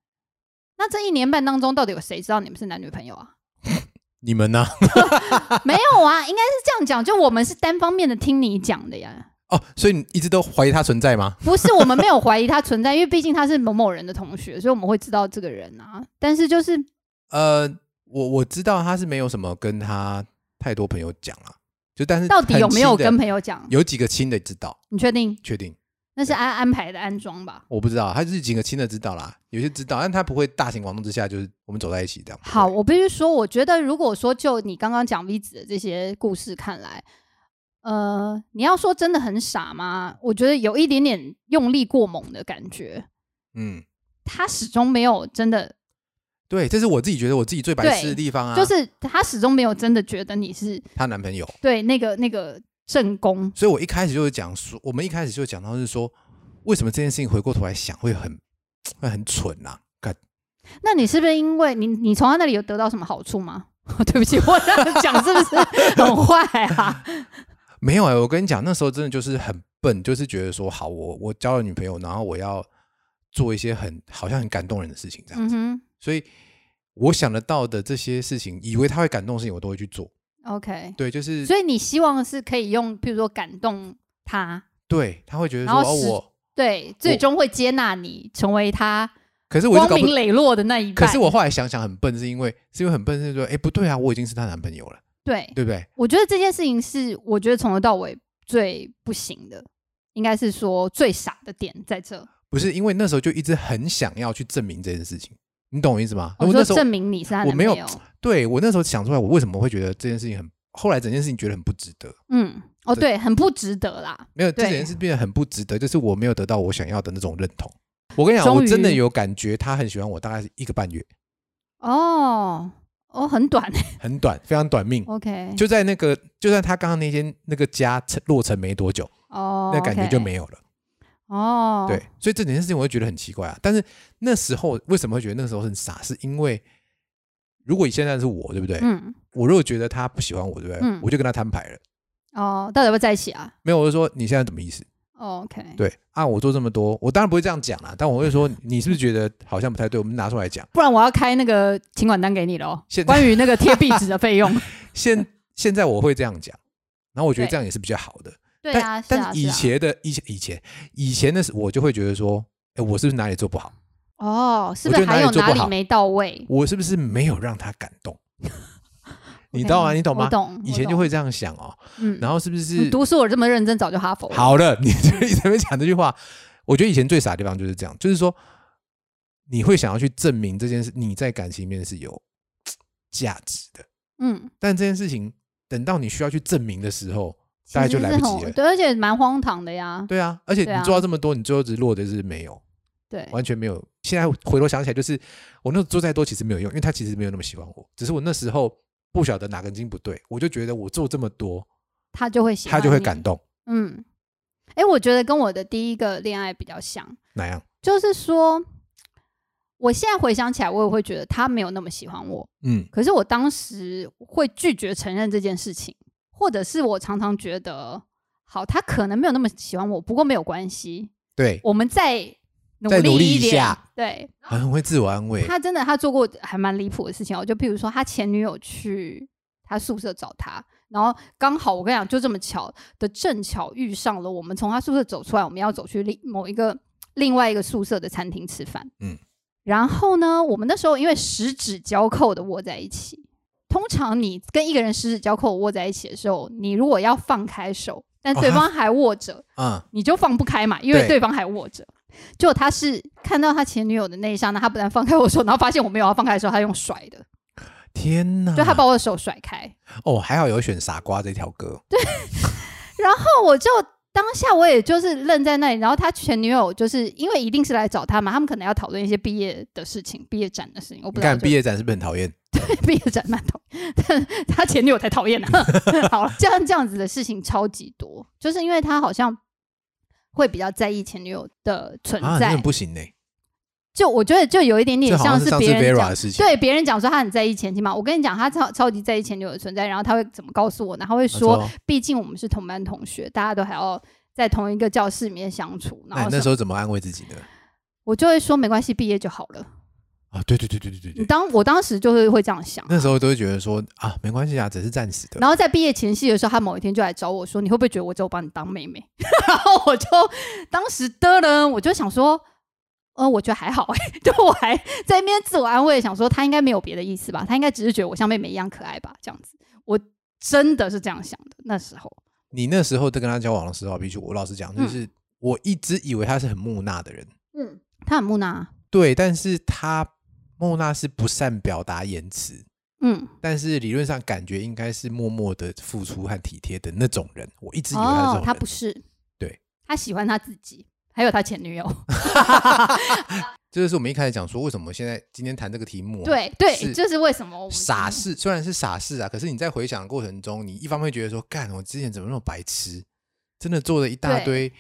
[SPEAKER 3] 那这一年半当中，到底有谁知道你们是男女朋 友啊？
[SPEAKER 2] 你们呢？
[SPEAKER 3] 没有啊，应该是这样讲，就我们是单方面的听你讲的呀，
[SPEAKER 2] 哦，所以你一直都怀疑他存在吗？
[SPEAKER 3] 不是我们没有怀疑他存在，因为毕竟他是某某人的同学，所 以我们会知道这个人啊。但是就是
[SPEAKER 2] 呃，我我知道他是没有什么跟他太多朋友讲啊，就但是
[SPEAKER 3] 到底
[SPEAKER 2] 很
[SPEAKER 3] 有没有
[SPEAKER 2] 亲的
[SPEAKER 3] 跟朋友讲？
[SPEAKER 2] 有几个亲的知道，
[SPEAKER 3] 你确定
[SPEAKER 2] 确定
[SPEAKER 3] 那是安安排的安装吧？
[SPEAKER 2] 我不知道，他是几个亲的知道啦，有些知道，但他不会大庭广众之下就是我们走在一起这样。不会
[SPEAKER 3] 好，，我必须说，我觉得如果说就你刚刚讲 V 子的这些故事看来，呃，你要说真的很傻吗？我觉得有一点点用力过猛的感觉，
[SPEAKER 2] 嗯，
[SPEAKER 3] 他始终没有真的，
[SPEAKER 2] 对，这是我自己觉得我自己最白痴的
[SPEAKER 3] 对
[SPEAKER 2] 地方啊，
[SPEAKER 3] 就是他始终没有真的觉得你是
[SPEAKER 2] 她男朋友，
[SPEAKER 3] 对那个那个正宫，
[SPEAKER 2] 所以我一开始就是讲说，我们一开始就讲到是说，为什么这件事情回过头来想会很会很蠢啊？干
[SPEAKER 3] 那你是不是因为你你从他那里有得到什么好处吗？ 对不起，我这样讲是不 是很坏啊？
[SPEAKER 2] 没有哎、我跟你讲，那时候真的就是很笨，就是觉得说，好，我我交了女朋友，然后我要做一些很好像很感动人的事情这样
[SPEAKER 3] 嗯
[SPEAKER 2] 子，
[SPEAKER 3] 哼
[SPEAKER 2] 所以我想得到的这些事情，以为他会感动的事情，我都会去做。
[SPEAKER 3] ，OK，
[SPEAKER 2] 对，就是
[SPEAKER 3] 所以你希望是可以用，譬如说感动他，
[SPEAKER 2] 对他会觉得
[SPEAKER 3] 然
[SPEAKER 2] 说，
[SPEAKER 3] 后
[SPEAKER 2] 哦，
[SPEAKER 3] 使
[SPEAKER 2] 我
[SPEAKER 3] 对，最终会接纳你成为他
[SPEAKER 2] 可是我就
[SPEAKER 3] 光
[SPEAKER 2] 搞不
[SPEAKER 3] 明，磊落的那一
[SPEAKER 2] 可
[SPEAKER 3] 半。
[SPEAKER 2] 是我后来想想很笨，是因为是因为很笨，是说，哎，不对啊，我已经是她男朋友了，
[SPEAKER 3] 对，
[SPEAKER 2] 对不对？
[SPEAKER 3] 我觉得这件事情是我觉得从头到尾最不行的，应该是说最傻的点在这。
[SPEAKER 2] 不是因为那时候就一直很想要去证明这件事情，你懂我意思吗？
[SPEAKER 3] 我
[SPEAKER 2] 我
[SPEAKER 3] 哦说
[SPEAKER 2] 那时候
[SPEAKER 3] 证明你是他
[SPEAKER 2] 我
[SPEAKER 3] 男
[SPEAKER 2] 没
[SPEAKER 3] 朋
[SPEAKER 2] 有
[SPEAKER 3] 友，
[SPEAKER 2] 对我那时候想出来，我为什么会觉得这件事情很，后来整件事情觉得很不值得，
[SPEAKER 3] 嗯，哦
[SPEAKER 2] 对
[SPEAKER 3] 对，很不值得啦。
[SPEAKER 2] 没有这
[SPEAKER 3] 对
[SPEAKER 2] 件事变得很不值得，就是我没有得到我想要的那种认同。我跟你讲，
[SPEAKER 3] 终于
[SPEAKER 2] 我真的有感觉他很喜欢我，大概是一个半月，
[SPEAKER 3] 哦哦，很短
[SPEAKER 2] 很短，非常短命。
[SPEAKER 3] ，OK，
[SPEAKER 2] 就在那个，就在他刚刚那间那个家成落成没多久，
[SPEAKER 3] 哦，
[SPEAKER 2] 那感觉就没有了。
[SPEAKER 3] 哦，
[SPEAKER 2] 对，，所以这整件事情我会觉得很奇怪啊。但是那时候为什么会觉得那个时候很傻？是因为如果现在是我，对不对？
[SPEAKER 3] 嗯，
[SPEAKER 2] 我如果觉得他不喜欢我，对不对？
[SPEAKER 3] 嗯
[SPEAKER 2] 我就跟他摊牌了。
[SPEAKER 3] 哦，到底要不要在一起啊
[SPEAKER 2] 没有，我就说你现在怎么意思？
[SPEAKER 3] 哦？OK，
[SPEAKER 2] 对啊，我做这么多，我当然不会这样讲啦，但我会说你是不是觉得好像不太对？我们拿出来讲。
[SPEAKER 3] 不然我要开那个请款单给你喽
[SPEAKER 2] 现，在
[SPEAKER 3] 关于那个贴壁纸的费用。
[SPEAKER 2] 现现在我会这样讲，然后我觉得
[SPEAKER 3] 对
[SPEAKER 2] 这样也是比较好的。
[SPEAKER 3] 对
[SPEAKER 2] 但、
[SPEAKER 3] 啊，是啊
[SPEAKER 2] 但以
[SPEAKER 3] 是啊
[SPEAKER 2] 前的以前以前以前的时候我就会觉得说，哎，我是不是哪里做不好？
[SPEAKER 3] 哦，是不
[SPEAKER 2] 我觉得
[SPEAKER 3] 是
[SPEAKER 2] 哪
[SPEAKER 3] 还
[SPEAKER 2] 里
[SPEAKER 3] 有
[SPEAKER 2] 做
[SPEAKER 3] 哪
[SPEAKER 2] 不
[SPEAKER 3] 里
[SPEAKER 2] 好
[SPEAKER 3] 没到位？
[SPEAKER 2] 我是不是没有让他感动？ 你懂吗？
[SPEAKER 3] OK，
[SPEAKER 2] 你懂吗？
[SPEAKER 3] 我懂，
[SPEAKER 2] 以
[SPEAKER 3] 我
[SPEAKER 2] 前就
[SPEAKER 3] 懂
[SPEAKER 2] 会这样想哦，
[SPEAKER 3] 嗯，
[SPEAKER 2] 然后是不是
[SPEAKER 3] 你读书我这么认真，早就哈佛了。
[SPEAKER 2] 好了，你 这一直没讲这句话，我觉得以前最傻的地方就是这样，就是说你会想要去证明这件事，你在感情里面是有价值的，
[SPEAKER 3] 嗯，
[SPEAKER 2] 但这件事情等到你需要去证明的时候，大概
[SPEAKER 3] 其实
[SPEAKER 2] 就来
[SPEAKER 3] 是
[SPEAKER 2] 不及
[SPEAKER 3] 很
[SPEAKER 2] 了
[SPEAKER 3] 对，而且蛮荒唐的呀。
[SPEAKER 2] 对啊，而且
[SPEAKER 3] 对啊
[SPEAKER 2] 你做到这么多，你最后只落的是没有，
[SPEAKER 3] 对，
[SPEAKER 2] 完全没有。现在回头想起来，就是我那时候做再多其实没有用，因为他其实没有那么喜欢我，只是我那时候不晓得哪根筋不对，我就觉得我做这么多，
[SPEAKER 3] 他就会喜欢，
[SPEAKER 2] 他就会感。动，
[SPEAKER 3] 嗯，哎，我觉得跟我的第一个恋爱比较像，
[SPEAKER 2] 哪样？
[SPEAKER 3] 就是说，我现在回想起来，我也会觉得他没有那么喜欢我，
[SPEAKER 2] 嗯
[SPEAKER 3] 可是我当时会拒绝承认这件事情，或者是我常常觉得，好，他可能没有那么喜欢我，不过没有关系，
[SPEAKER 2] 对，
[SPEAKER 3] 我们再努
[SPEAKER 2] 再努力
[SPEAKER 3] 一
[SPEAKER 2] 一
[SPEAKER 3] 点
[SPEAKER 2] 下。
[SPEAKER 3] 对
[SPEAKER 2] 很会自我安慰。
[SPEAKER 3] 他真的，他做过还蛮离谱的事情哦。就譬如说，他前女友去他宿舍找他，然后刚好我跟你讲，就这么巧的，正巧遇上了我们从他宿舍走出来，我们要走去另某一个另外一个宿舍的餐厅吃饭。
[SPEAKER 2] 嗯，
[SPEAKER 3] 然后呢，我们那时候因为十指交扣的握在一起，通常你跟一个人十指交扣握在一起的时候，你如果要放开手，但对
[SPEAKER 2] 哦他
[SPEAKER 3] 方还握着，
[SPEAKER 2] 嗯，
[SPEAKER 3] 你就放不开嘛，因为
[SPEAKER 2] 对
[SPEAKER 3] 对方还握着。结果他是看到他前女友的那一刹那，他不但放开我手，然后发现我没有要放开的时候，他用甩的，
[SPEAKER 2] 天呐！
[SPEAKER 3] 就他把我的手甩开。
[SPEAKER 2] 哦，还好有选《傻瓜》这条歌。
[SPEAKER 3] 啊
[SPEAKER 2] 对，
[SPEAKER 3] 后我就当下我也就是愣在那里，然后他前女友就是因为一定是来找他嘛，他们可能要讨论一些毕业的事情、毕业展的事情，我不
[SPEAKER 2] 你
[SPEAKER 3] 知道
[SPEAKER 2] 看
[SPEAKER 3] 就。
[SPEAKER 2] 毕业展是不是很讨厌？
[SPEAKER 3] 毕业展蛮讨厌，但他前女友才讨厌呢、啊 好了，这样这样子的事情超级多，就是因为他好像会比较在意前女友的存
[SPEAKER 2] 啊，
[SPEAKER 3] 在，
[SPEAKER 2] 那很不行呢、
[SPEAKER 3] 就我觉得就有一点点
[SPEAKER 2] 这好
[SPEAKER 3] 像
[SPEAKER 2] 像是上次
[SPEAKER 3] 别人
[SPEAKER 2] Vera
[SPEAKER 3] 讲
[SPEAKER 2] 的事情，
[SPEAKER 3] 对别人讲说他很在意前妻嘛，我跟你讲，他超超级在意前女友的存在，然后他会怎么告诉我呢？他会
[SPEAKER 2] 没
[SPEAKER 3] 说，
[SPEAKER 2] 错，
[SPEAKER 3] 毕竟我们是同班同学，大家都还要在同一个教室里面相处，
[SPEAKER 2] 那
[SPEAKER 3] 然
[SPEAKER 2] 你
[SPEAKER 3] 后什
[SPEAKER 2] 哎那
[SPEAKER 3] 么
[SPEAKER 2] 时候怎么安慰自己呢？
[SPEAKER 3] 我就会说没关系，毕业就好了。
[SPEAKER 2] 啊，对对对对对
[SPEAKER 3] 你
[SPEAKER 2] 对对，
[SPEAKER 3] 当我当时就是会这样想，
[SPEAKER 2] 那时候都会觉得说啊，没关系啊，只是暂时的。
[SPEAKER 3] 然后在毕业前夕的时候，他某一天就来找我说：“你会不会觉得我只有把你当妹 妹？”然后我就当时的人，我就想说。呃，我觉得还好哎、 就我还在那边自我安慰，想说他应该没有别的意思吧，他应该只是觉得我像妹妹一样可爱吧，这样子。我真的是这样想的，那时候
[SPEAKER 2] 你那时候在跟他交往的时候，必须我老实
[SPEAKER 3] 嗯
[SPEAKER 2] 讲，就是我一直以为他是很木讷的人，
[SPEAKER 3] 他很木讷，
[SPEAKER 2] 对，但是他木讷是不善表达言辞，
[SPEAKER 3] 嗯，
[SPEAKER 2] 但是理论上感觉应该是默默的付出和体贴的那种人，我一直以为他是这种
[SPEAKER 3] 哦
[SPEAKER 2] 人，，
[SPEAKER 3] 他不是，
[SPEAKER 2] 对，
[SPEAKER 3] 他喜欢他自己，还有他前女友，
[SPEAKER 2] 这就是我们一开始讲说，为什么现在今天谈这个题目、啊？
[SPEAKER 3] 对对，
[SPEAKER 2] 是
[SPEAKER 3] 就是为什么我们
[SPEAKER 2] 傻事，虽然是傻事啊，可是你在回想的过程中，你一方面觉得说，干，我之前怎么那么白痴，真的做了一大堆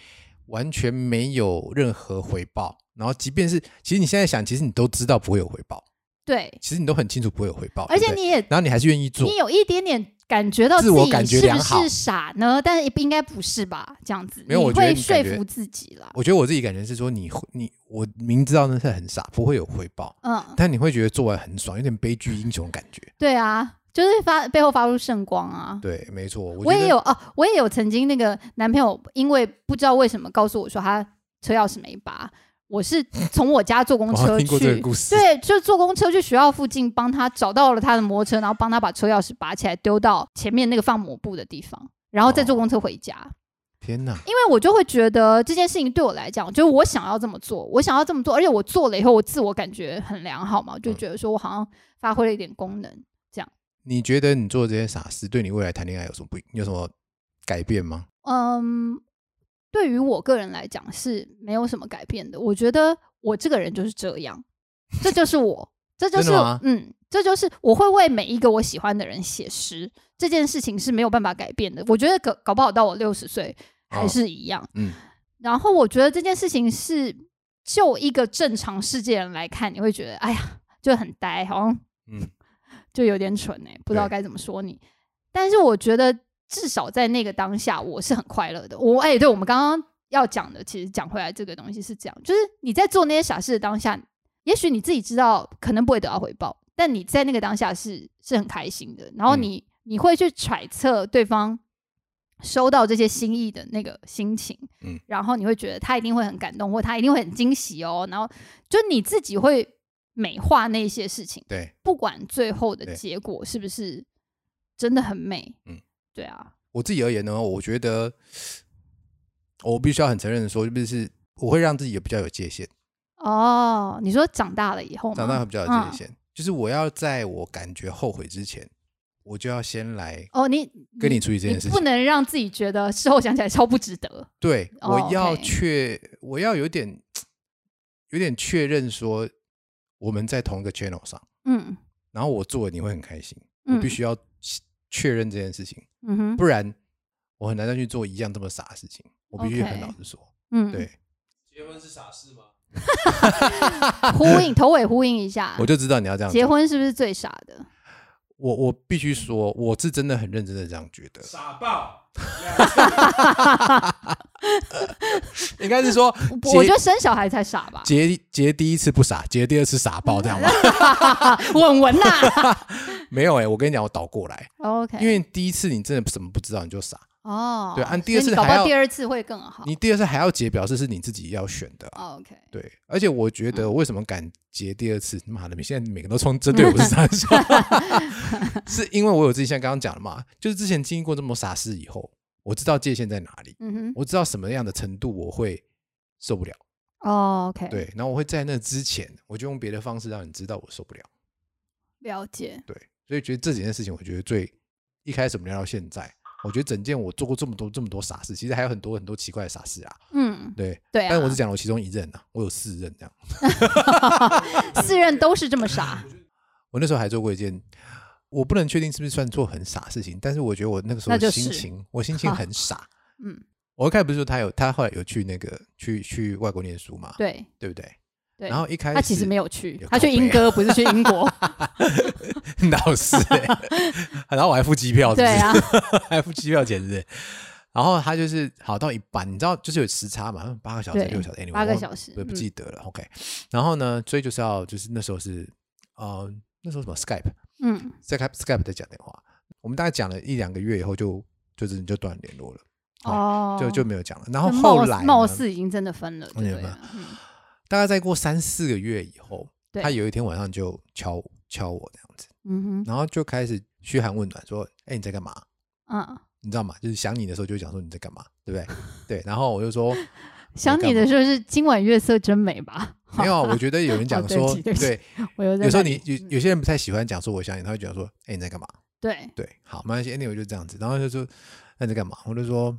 [SPEAKER 2] 完全没有任何回报，然后即便是，其实你现在想，其实你都知道不会有回报，
[SPEAKER 3] 对，
[SPEAKER 2] 其实你都很清楚不会有回报，
[SPEAKER 3] 而且
[SPEAKER 2] 对不对
[SPEAKER 3] 你也
[SPEAKER 2] 然后你还是愿意做
[SPEAKER 3] 你，有一点点感觉到
[SPEAKER 2] 自
[SPEAKER 3] 己
[SPEAKER 2] 我感觉
[SPEAKER 3] 是
[SPEAKER 2] 良
[SPEAKER 3] 不
[SPEAKER 2] 好
[SPEAKER 3] 是傻呢？但是应该不是吧？这样子
[SPEAKER 2] 没有
[SPEAKER 3] 你
[SPEAKER 2] 我觉得
[SPEAKER 3] 会
[SPEAKER 2] 你
[SPEAKER 3] 说
[SPEAKER 2] 感觉
[SPEAKER 3] 服自己啦。
[SPEAKER 2] 我觉得我自己感觉是说你，你我明知道那是很傻，不会有回报，
[SPEAKER 3] 嗯，
[SPEAKER 2] 但你会觉得做完很爽，有点悲剧英雄的感觉。
[SPEAKER 3] 对啊，就是发背后发出圣光啊。
[SPEAKER 2] 对，没错，我
[SPEAKER 3] 我
[SPEAKER 2] 觉得
[SPEAKER 3] 也有哦，我也有曾经那个男朋友，因为不知道为什么告诉我说他车钥匙没拔，我是从我家坐公
[SPEAKER 2] 我好像
[SPEAKER 3] 车
[SPEAKER 2] 听过这个
[SPEAKER 3] 去。
[SPEAKER 2] 故事，
[SPEAKER 3] 对，就坐公车去学校附近，帮他找到了他的摩托车，然后帮他把车钥匙拔起来，丢到前面那个放抹布的地方，然后再
[SPEAKER 2] 哦
[SPEAKER 3] 坐公车回家。
[SPEAKER 2] 天哪，
[SPEAKER 3] 因为我就会觉得这件事情对我来讲，就是我想要这么做，我想要这么做，而且我做了以后，我自我感觉很良好嘛，就觉得说我好像发挥了一点功能。
[SPEAKER 2] 你觉得你做这些傻事对你未来谈恋爱有什么不有什么改变吗？
[SPEAKER 3] 嗯，对于我个人来讲是没有什么改变的。我觉得我这个人就是这样，这就是我，这就是
[SPEAKER 2] 真的吗
[SPEAKER 3] 嗯，这就是我会为每一个我喜欢的人写诗，这件事情是没有办法改变的。我觉得搞搞不好到我六十岁还
[SPEAKER 2] 哦
[SPEAKER 3] 是一样。
[SPEAKER 2] 嗯，
[SPEAKER 3] 然后我觉得这件事情是，就一个正常世界人来看，你会觉得，哎呀，就很呆，好像，
[SPEAKER 2] 嗯，
[SPEAKER 3] 就有点蠢哎、不知道
[SPEAKER 2] 对
[SPEAKER 3] 该怎么说你。但是我觉得，至少在那个当下，我是很快乐的。我哎、对我们刚刚要讲的，其实讲回来这个东西是这样，就是你在做那些傻事的当下，也许你自己知道可能不会得到回报，但你在那个当下是是很开心的，然后
[SPEAKER 2] 嗯
[SPEAKER 3] 你、你会去揣测对方收到这些心意的那个心情，
[SPEAKER 2] 嗯
[SPEAKER 3] 然后你会觉得他一定会很感动，或他一定会很惊喜哦，然后就你自己会美化那些事情，
[SPEAKER 2] 对，
[SPEAKER 3] 不管最后的
[SPEAKER 2] 对
[SPEAKER 3] 结果是不是真的很美，
[SPEAKER 2] 嗯，
[SPEAKER 3] 对啊，
[SPEAKER 2] 我自己而言呢，我觉得呃我必须要很承认的说，就是我会让自己有比较有界限，
[SPEAKER 3] 哦，你说长大了以后吗，
[SPEAKER 2] 长大会比较有界
[SPEAKER 3] 嗯
[SPEAKER 2] 限，就是我要在我感觉后悔之前，我就要先来
[SPEAKER 3] 哦，你
[SPEAKER 2] 跟你处理这
[SPEAKER 3] 你
[SPEAKER 2] 件事
[SPEAKER 3] 不
[SPEAKER 2] 情。
[SPEAKER 3] 能让自己觉得事后想起来超不值得，
[SPEAKER 2] 对，
[SPEAKER 3] 哦
[SPEAKER 2] 我要
[SPEAKER 3] ，OK
[SPEAKER 2] 确，我要有点有点确认说我们在同一个 channel 上，
[SPEAKER 3] 嗯
[SPEAKER 2] 然后我做了你会很开心，我
[SPEAKER 3] 嗯
[SPEAKER 2] 必须要确认这件事情。
[SPEAKER 3] 嗯哼，
[SPEAKER 2] 不然我很难再去做一样这么傻的事情。我必须
[SPEAKER 3] OK
[SPEAKER 2] 很老实说，
[SPEAKER 3] 嗯，
[SPEAKER 2] 对，
[SPEAKER 4] 结婚是傻事吗？
[SPEAKER 3] 呼应头尾呼应一下，
[SPEAKER 2] 我就知道你要这样
[SPEAKER 3] 结
[SPEAKER 2] 讲。
[SPEAKER 3] 婚是不是最傻的？
[SPEAKER 2] 我我必须说，我是真的很认真的这样觉 得，
[SPEAKER 4] 傻爆！ 两次
[SPEAKER 2] 应该是说
[SPEAKER 3] 我我
[SPEAKER 2] 结
[SPEAKER 3] 觉得生小孩才傻吧，
[SPEAKER 2] 结结第一次不傻，结第二次傻 爆这样吗？
[SPEAKER 3] 稳稳呐。
[SPEAKER 2] 没有哎、我跟你讲，我倒过 来，
[SPEAKER 3] OK，
[SPEAKER 2] 因为第一次你真的什么不知道你就傻，
[SPEAKER 3] 哦，
[SPEAKER 2] 对按第
[SPEAKER 3] 所以
[SPEAKER 2] 二次
[SPEAKER 3] 你搞不
[SPEAKER 2] 还
[SPEAKER 3] 好
[SPEAKER 2] 要
[SPEAKER 3] 第二次会更好。哦
[SPEAKER 2] 你第二次还要结，表示是你自己要选的啊、
[SPEAKER 3] OK，
[SPEAKER 2] 对，而且我觉得为什么敢结第二次？妈的，你现在每个都冲针对我是傻笑，是因为我有自己像刚刚讲的嘛，就是之前经历过这么多傻事以后，我知道界限在哪里，
[SPEAKER 3] 嗯
[SPEAKER 2] 我知道什么样的程度我会受不了，
[SPEAKER 3] 哼，哦，OK，，
[SPEAKER 2] 对，然后我会在那之前，我就用别的方式让你知道我受不了，
[SPEAKER 3] 了解，
[SPEAKER 2] 对，所以觉得这几件事情，我觉得最一开始我们聊到现在，我觉得整件我做过这么多这么多傻事，其实还有很多很多奇怪的傻事啊，
[SPEAKER 3] 嗯，
[SPEAKER 2] 对，
[SPEAKER 3] 对啊，
[SPEAKER 2] 但我只讲了我其中一任啊，我有四任这样。
[SPEAKER 3] 四任都是这么傻，
[SPEAKER 2] 我那时候还做过一件，我不能确定是不是算做很傻的事情，但是我觉得我那个时
[SPEAKER 3] 那
[SPEAKER 2] 候
[SPEAKER 3] 就是
[SPEAKER 2] 心情，我心 情很傻。
[SPEAKER 3] 嗯，
[SPEAKER 2] 我一开始不是说他有，他后来有去那个去去外国念书嘛，
[SPEAKER 3] 对
[SPEAKER 2] 对不对？
[SPEAKER 3] 对
[SPEAKER 2] 然后一开始
[SPEAKER 3] 他其 实没有去
[SPEAKER 2] 有，
[SPEAKER 3] 他去
[SPEAKER 2] 靠
[SPEAKER 3] 英
[SPEAKER 2] 背啊
[SPEAKER 3] 歌，不是去英 国。
[SPEAKER 2] 老师、 欸，然后我还付机票是不
[SPEAKER 3] 对
[SPEAKER 2] 哦是，
[SPEAKER 3] 啊，
[SPEAKER 2] 还付机票钱是不是。然后他就是好到一半，你知道就是有时差嘛，八个小时、
[SPEAKER 3] 对
[SPEAKER 2] 六小时，anyway，
[SPEAKER 3] 八个
[SPEAKER 2] 我忘
[SPEAKER 3] 小时
[SPEAKER 2] 对，不
[SPEAKER 3] 嗯
[SPEAKER 2] 记得了。OK，然后呢，所以就是要就是那时候是呃那时候什么 Skype
[SPEAKER 3] 嗯，
[SPEAKER 2] Skype Skype 在讲电话，我们大概讲了一两个月以后就就是就断联络了，
[SPEAKER 3] 哦，
[SPEAKER 2] 就就没有讲了。然后
[SPEAKER 3] 就
[SPEAKER 2] 后
[SPEAKER 3] 貌
[SPEAKER 2] 来呢
[SPEAKER 3] 貌似已经真的分了，
[SPEAKER 2] 我
[SPEAKER 3] 对
[SPEAKER 2] 明
[SPEAKER 3] 了
[SPEAKER 2] 白
[SPEAKER 3] 嗯
[SPEAKER 2] 大概再过三四个月以后，
[SPEAKER 3] 对
[SPEAKER 2] 他有一天晚上就敲我敲我这样子，
[SPEAKER 3] 嗯哼，
[SPEAKER 2] 然后就开始嘘寒问暖说：“哎、你在干嘛？”
[SPEAKER 3] 嗯，
[SPEAKER 2] 你知道吗？就是想你的时候就会讲说你在干嘛，对不对？对，然后我就 说
[SPEAKER 3] 想你的时候是今晚月色真美吧？
[SPEAKER 2] 没有啊，我觉得有人
[SPEAKER 3] 哦
[SPEAKER 2] 讲
[SPEAKER 3] 对不
[SPEAKER 2] 说
[SPEAKER 3] 起对不起
[SPEAKER 2] 对，
[SPEAKER 3] 我又在
[SPEAKER 2] 有时候
[SPEAKER 3] 那
[SPEAKER 2] 你
[SPEAKER 3] 里
[SPEAKER 2] 有有些人不太喜欢讲说我想你，他会讲说哎、你在干嘛？
[SPEAKER 3] 对
[SPEAKER 2] 对，好，没关系，anyway 就这样子，然后就说那你在干嘛？我就说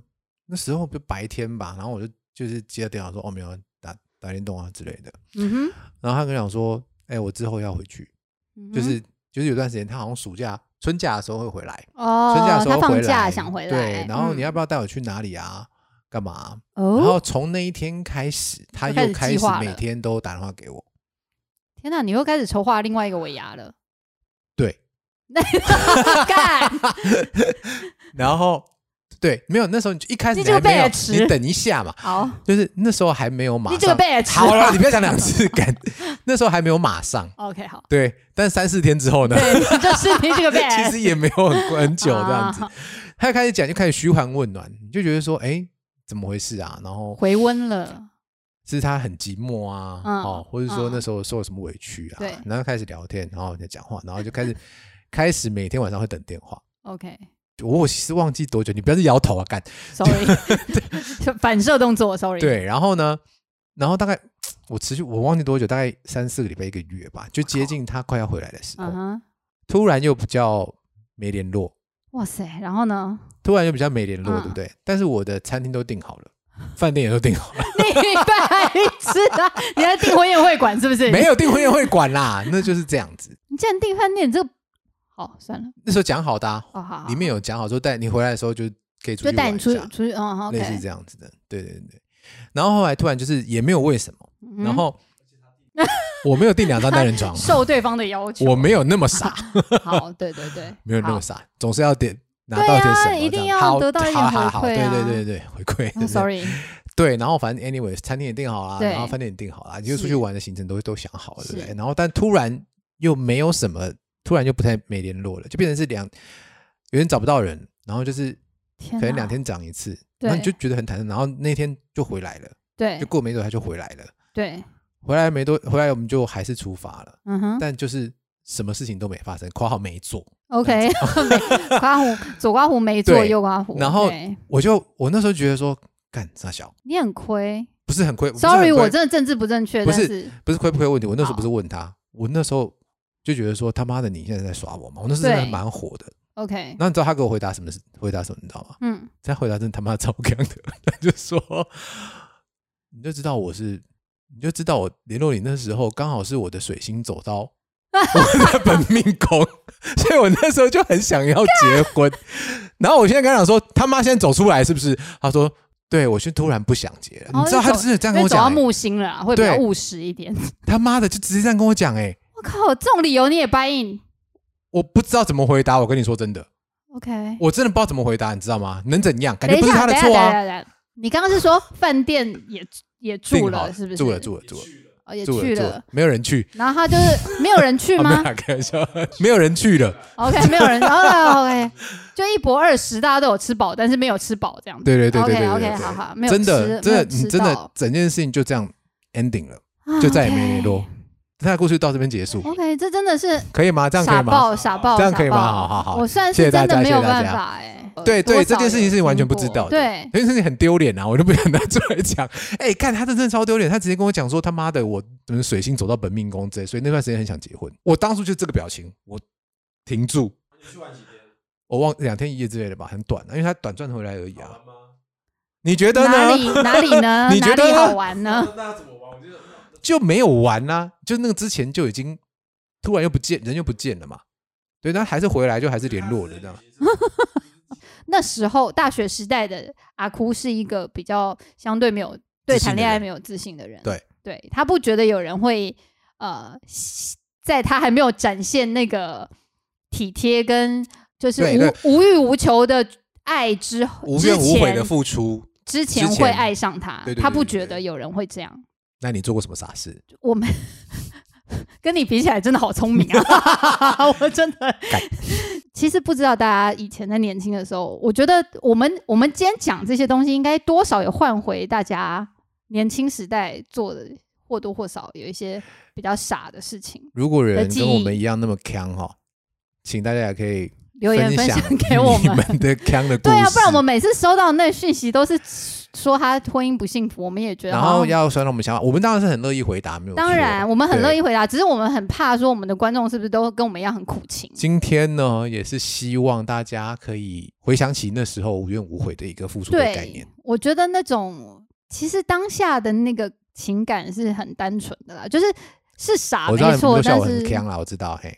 [SPEAKER 2] 那时候就白天吧，然后我就就是接到电话说哦没有打打电动啊之类的，
[SPEAKER 3] 嗯哼，
[SPEAKER 2] 然后他跟我讲说哎、我之后要回去，
[SPEAKER 3] 嗯哼
[SPEAKER 2] 就是就是有段时间他好像暑假春假的时候会回来，
[SPEAKER 3] 哦，
[SPEAKER 2] 春假的时候
[SPEAKER 3] 他
[SPEAKER 2] 回来，
[SPEAKER 3] 放假想回来，
[SPEAKER 2] 对，然后你要
[SPEAKER 3] 嗯
[SPEAKER 2] 不要带我去哪里啊？干嘛啊、然
[SPEAKER 3] 哦，
[SPEAKER 2] 后从那一天开始，他
[SPEAKER 3] 就开
[SPEAKER 2] 又
[SPEAKER 3] 始
[SPEAKER 2] 开
[SPEAKER 3] 计
[SPEAKER 2] 始
[SPEAKER 3] 划
[SPEAKER 2] 每
[SPEAKER 3] 了
[SPEAKER 2] 天都打电话给我。
[SPEAKER 3] 天哪，你又开始筹划另外一个尾牙了，
[SPEAKER 2] 对，
[SPEAKER 3] 干，
[SPEAKER 2] 然后对，没有那时候你就一开始
[SPEAKER 3] 你
[SPEAKER 2] 你
[SPEAKER 3] 这个
[SPEAKER 2] 还没有，
[SPEAKER 3] bitch
[SPEAKER 2] 你等一下嘛，
[SPEAKER 3] 好，
[SPEAKER 2] 就是那时候还没有马上。
[SPEAKER 3] 你这个 bitch，
[SPEAKER 2] 好了，你不要讲两次，干，那时候还没有马上。
[SPEAKER 3] ，OK，好，
[SPEAKER 2] 对，但三四天之后呢，
[SPEAKER 3] 对，你就是你这 个
[SPEAKER 2] 其
[SPEAKER 3] bitch，
[SPEAKER 2] 实也没有很很久这样子。
[SPEAKER 3] 啊
[SPEAKER 2] 他就开始讲，就开始嘘寒问暖，你就觉得说，哎，怎么回事啊？然后
[SPEAKER 3] 回温了，
[SPEAKER 2] 是他很寂寞啊，
[SPEAKER 3] 嗯
[SPEAKER 2] 哦，或者说
[SPEAKER 3] 嗯
[SPEAKER 2] 那时候受了什么委屈啊，
[SPEAKER 3] 对
[SPEAKER 2] 然后开始聊天，然后在讲话，然后就开始开始每天晚上会等电话。
[SPEAKER 3] OK。
[SPEAKER 2] 我我是忘记多久，你不要是摇头啊，干
[SPEAKER 3] Sorry，就 反射动作，Sorry。，
[SPEAKER 2] 对，然后呢，然后大概我持续我忘记多久，大概三四个礼拜一个月吧，就接近他快要回来的时候，
[SPEAKER 3] 嗯哼，
[SPEAKER 2] 突然又比较没联络，
[SPEAKER 3] 哇塞，然后呢？
[SPEAKER 2] 突然又比较没联络，
[SPEAKER 3] 嗯
[SPEAKER 2] 对不对？但是我的餐厅都订好了，饭店也都订好 了，
[SPEAKER 3] 你白痴啊！你在订婚宴会馆是不是？
[SPEAKER 2] 没，有订婚宴会馆啦， 那就是这样子。
[SPEAKER 3] 你既然订饭店，你这个好算了，
[SPEAKER 2] 那时候讲好的、啊，
[SPEAKER 3] 哦好好，
[SPEAKER 2] 里面有讲好说带你回来的时候就可以出
[SPEAKER 3] 就
[SPEAKER 2] 去
[SPEAKER 3] 带
[SPEAKER 2] 玩
[SPEAKER 3] 你
[SPEAKER 2] 一
[SPEAKER 3] 出去
[SPEAKER 2] 下，
[SPEAKER 3] 出去，嗯好
[SPEAKER 2] 类似
[SPEAKER 3] ，OK，
[SPEAKER 2] 这样子的，对对对。然后后来突然就是也没有为什么，
[SPEAKER 3] 嗯，
[SPEAKER 2] 然后我没有订两张单人床啊
[SPEAKER 3] 受对方的要求，
[SPEAKER 2] 我没有那么傻，
[SPEAKER 3] 好，对对对，
[SPEAKER 2] 没有那
[SPEAKER 3] 好
[SPEAKER 2] 么傻，总是要点拿
[SPEAKER 3] 对
[SPEAKER 2] 到点
[SPEAKER 3] 啊
[SPEAKER 2] 什么这样，
[SPEAKER 3] 一定要
[SPEAKER 2] 好
[SPEAKER 3] 得到一点
[SPEAKER 2] 好好
[SPEAKER 3] 回
[SPEAKER 2] 好
[SPEAKER 3] 馈啊
[SPEAKER 2] 对对对对，回馈、
[SPEAKER 3] 嗯
[SPEAKER 2] 对对
[SPEAKER 3] ，Sorry，
[SPEAKER 2] 对，然后反正 anyways，餐厅也订好啦，
[SPEAKER 3] 对
[SPEAKER 2] 然后饭店也订好啦，你就是出去玩的行程都都想好了，对不
[SPEAKER 3] 是
[SPEAKER 2] 对？然后但突然又没有什么，突然就不太没联络了，就变成是两有点找不到人，然后就是
[SPEAKER 3] 天
[SPEAKER 2] 可
[SPEAKER 3] 哪，
[SPEAKER 2] 能两天涨一次，
[SPEAKER 3] 对
[SPEAKER 2] 然后你就觉得很忐忑，然后那天就回来了，
[SPEAKER 3] 对
[SPEAKER 2] 就过没多久他就回来了，
[SPEAKER 3] 对，
[SPEAKER 2] 回来没多回来我们就还是出发了，
[SPEAKER 3] 嗯哼
[SPEAKER 2] 但就是什么事情都没发生，括号没做，
[SPEAKER 3] ，OK，没刮胡，左刮胡没做，
[SPEAKER 2] 对
[SPEAKER 3] 右刮胡，
[SPEAKER 2] 然后
[SPEAKER 3] 对
[SPEAKER 2] 我就我那时候觉得说干傻小，
[SPEAKER 3] 你很亏
[SPEAKER 2] 不是很亏不是很
[SPEAKER 3] ，Sorry，
[SPEAKER 2] 亏
[SPEAKER 3] 我真的政治不正确，
[SPEAKER 2] 不
[SPEAKER 3] 但
[SPEAKER 2] 是
[SPEAKER 3] 是
[SPEAKER 2] 不是亏不亏问题，我那时候
[SPEAKER 3] 好
[SPEAKER 2] 不是问他，我那时候就觉得说他妈的你现在在耍我嘛，我那时候真的
[SPEAKER 3] 对
[SPEAKER 2] 蛮火的。
[SPEAKER 3] OK，
[SPEAKER 2] 然后你知道他给我回答什么事？回答什么？你知道吗？
[SPEAKER 3] 嗯，
[SPEAKER 2] 他回答真的他妈超强的， 他就说你就知道我是，你就知道我联络你那时候刚好是我的水星走到 我的本命宫，所以我那时候就很想要结婚。 然后我现在跟他讲说他妈现在走出来是不是？他说对我是突然不想结了，
[SPEAKER 3] 哦
[SPEAKER 2] 你知道他
[SPEAKER 3] 就走
[SPEAKER 2] 真的这样
[SPEAKER 3] 因
[SPEAKER 2] 跟
[SPEAKER 3] 为
[SPEAKER 2] 我
[SPEAKER 3] 走到
[SPEAKER 2] 讲、欸，
[SPEAKER 3] 木星了啊，会比较
[SPEAKER 2] 对
[SPEAKER 3] 务实一点。
[SPEAKER 2] 他妈的就直接这样跟我讲哎、欸
[SPEAKER 3] 我靠，这种理由你也 buy in？
[SPEAKER 2] 我不知道怎么回答。我跟你说真的，
[SPEAKER 3] OK，
[SPEAKER 2] 我真的不知道怎么回答，你知道吗？能怎样？感觉
[SPEAKER 3] 等一
[SPEAKER 2] 不是
[SPEAKER 3] 下，
[SPEAKER 2] 他的
[SPEAKER 3] 等一下，
[SPEAKER 2] 错啊。
[SPEAKER 3] 等一下等一下你刚刚是说饭店也也住
[SPEAKER 2] 订好
[SPEAKER 3] 了，是不是？
[SPEAKER 2] 住了，住了，住了，
[SPEAKER 4] 去了，
[SPEAKER 3] 哦，也
[SPEAKER 2] 住
[SPEAKER 3] 去
[SPEAKER 2] 了，住了，没有人去，
[SPEAKER 3] 然后他就是没有人去
[SPEAKER 2] 啊没有
[SPEAKER 3] 吗
[SPEAKER 2] 啦，开玩笑，没有人去了。
[SPEAKER 3] ？OK，没有人。哦 OK，就一博二十，大家都有吃饱，但是没有吃饱这样子。
[SPEAKER 2] 对对对对对
[SPEAKER 3] OK
[SPEAKER 2] 对
[SPEAKER 3] OK，好
[SPEAKER 2] 对
[SPEAKER 3] 好，没有
[SPEAKER 2] 真的，真
[SPEAKER 3] 吃
[SPEAKER 2] 的，
[SPEAKER 3] 没有
[SPEAKER 2] 你
[SPEAKER 3] 吃
[SPEAKER 2] 真的
[SPEAKER 3] 到哦
[SPEAKER 2] 整件事情就这样 ending 了，就再也没联络。他的故事到这边结束，
[SPEAKER 3] OK，OK，这真的是
[SPEAKER 2] 可以吗？这样可以
[SPEAKER 3] 哎傻
[SPEAKER 2] 吗？
[SPEAKER 3] 爆傻爆，
[SPEAKER 2] 这样可以吗
[SPEAKER 3] 傻爆
[SPEAKER 2] 好好好
[SPEAKER 3] 我算
[SPEAKER 2] 谢
[SPEAKER 3] 是
[SPEAKER 2] 谢大
[SPEAKER 3] 真
[SPEAKER 2] 家
[SPEAKER 3] 的没有
[SPEAKER 2] 谢谢大
[SPEAKER 3] 办
[SPEAKER 2] 家
[SPEAKER 3] 法哎。
[SPEAKER 2] 对对，
[SPEAKER 3] 多
[SPEAKER 2] 这
[SPEAKER 3] 少
[SPEAKER 2] 件事情是你完全不知
[SPEAKER 3] 有
[SPEAKER 2] 道的。
[SPEAKER 3] 对
[SPEAKER 2] 这件事情很丢脸啊！我就不想拿出来讲。哎，看他这真的超丢脸，他直接跟我讲说他妈的，我怎么水星走到本命宫之类，所以那段时间很想结婚。我当初就这个表情，我停住，
[SPEAKER 4] 你去玩几天？
[SPEAKER 2] 我哦忘两天一夜之类的吧，很短，因为他短暂回来而已
[SPEAKER 4] 好
[SPEAKER 2] 啊。
[SPEAKER 4] 玩吗？
[SPEAKER 2] 你觉得
[SPEAKER 3] 哪
[SPEAKER 2] 呢？
[SPEAKER 3] 里哪里呢？
[SPEAKER 2] 你觉得
[SPEAKER 3] 哪里
[SPEAKER 2] 呢
[SPEAKER 3] 好玩 呢？
[SPEAKER 4] 那那怎么玩？我就那
[SPEAKER 2] 就没有玩啦、就那个之前就已经突然又不见人又不见了嘛，对，但还是回来就还是联络的 这样。。
[SPEAKER 3] 那时候大学时代的阿哭是一个比较相对没有对
[SPEAKER 2] 自信
[SPEAKER 3] 谈
[SPEAKER 2] 的
[SPEAKER 3] 恋爱
[SPEAKER 2] 人
[SPEAKER 3] 没有自信的人，
[SPEAKER 2] 对，
[SPEAKER 3] 对他不觉得有人会呃，西在他还没有展现那个体贴跟就是
[SPEAKER 2] 对对
[SPEAKER 3] 无无欲无求的爱之
[SPEAKER 2] 无
[SPEAKER 3] 之
[SPEAKER 2] 怨无悔的
[SPEAKER 3] 前
[SPEAKER 2] 付出。
[SPEAKER 3] 之前
[SPEAKER 2] 之
[SPEAKER 3] 会
[SPEAKER 2] 前
[SPEAKER 3] 爱上他
[SPEAKER 2] 对对，对
[SPEAKER 3] 他不
[SPEAKER 2] 对对
[SPEAKER 3] 觉得有人会这样。
[SPEAKER 2] 那你做过什么傻事？
[SPEAKER 3] 我们跟你比起来，真的好聪明 啊！我真的， 其实不知道大家以前在年轻的时候，我觉得我们我们今天讲这些东西，应该多少有换回大家年轻时代做的或多或少有一些比较傻的事情。
[SPEAKER 2] 如果有人
[SPEAKER 3] 记忆
[SPEAKER 2] 跟我们一样那么强哈，请大家也可以
[SPEAKER 3] 留言分
[SPEAKER 2] 享
[SPEAKER 3] 享给我
[SPEAKER 2] 你
[SPEAKER 3] 们，
[SPEAKER 2] 们的强的故
[SPEAKER 3] 对
[SPEAKER 2] 事。
[SPEAKER 3] 啊，不然我们每次收到那讯息都是说他婚姻不幸福，我们也觉得
[SPEAKER 2] 然
[SPEAKER 3] 好
[SPEAKER 2] 后
[SPEAKER 3] 像
[SPEAKER 2] 要传达我们想法，我们当然是很乐意回答，没有错。
[SPEAKER 3] 当然，我们很
[SPEAKER 2] 对
[SPEAKER 3] 乐意回答，只是我们很怕说我们的观众是不是都跟我们一样很苦情。
[SPEAKER 2] 今天呢，也是希望大家可以回想起那时候无怨无悔的一个付出的
[SPEAKER 3] 对，
[SPEAKER 2] 概念。
[SPEAKER 3] 我觉得那种其实当下的那个情感是很单纯的啦，就是是傻
[SPEAKER 2] 我
[SPEAKER 3] 啊没
[SPEAKER 2] 知道你们
[SPEAKER 3] 错
[SPEAKER 2] 都，笑
[SPEAKER 3] 但
[SPEAKER 2] 我很
[SPEAKER 3] 是
[SPEAKER 2] 强啦，我知道， 嘿，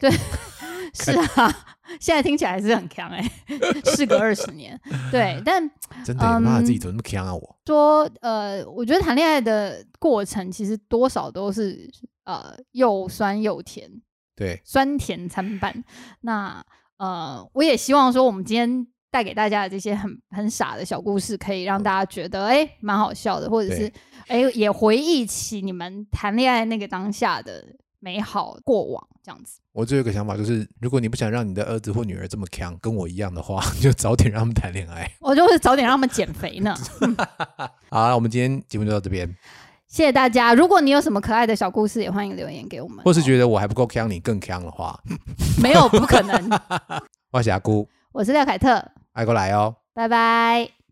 [SPEAKER 3] 是啊，现在听起来是很强哎、事隔二十年， 对，但
[SPEAKER 2] 真的，妈
[SPEAKER 3] 嗯
[SPEAKER 2] 自己怎么那么强啊我？
[SPEAKER 3] 说呃，我觉得谈恋爱的过程其实多少都是呃又酸又甜，
[SPEAKER 2] 对，
[SPEAKER 3] 酸甜参半。那呃，我也希望说，我们今天带给大家的这些很很傻的小故事，可以让大家觉得哎蛮、好笑的，或者是哎、也回忆起你们谈恋爱那个当下的美好过往，这样子。
[SPEAKER 2] 我只有一个想法，就是如果你不想让你的儿子或女儿这么强，跟我一样的话， 就早点让他们谈恋爱。
[SPEAKER 3] 我就会早点让他们减肥 呢。
[SPEAKER 2] 好，那我们今天节目就到这边，
[SPEAKER 3] 谢谢大家！如果你有什么可爱的小故事，也欢迎留言给我们。哦
[SPEAKER 2] 或是觉得我还不够强，你更强的话，
[SPEAKER 3] 没 有不可能。
[SPEAKER 2] 万霞姑
[SPEAKER 3] 我是廖凯特，
[SPEAKER 2] 爱过来哦。
[SPEAKER 3] 拜拜。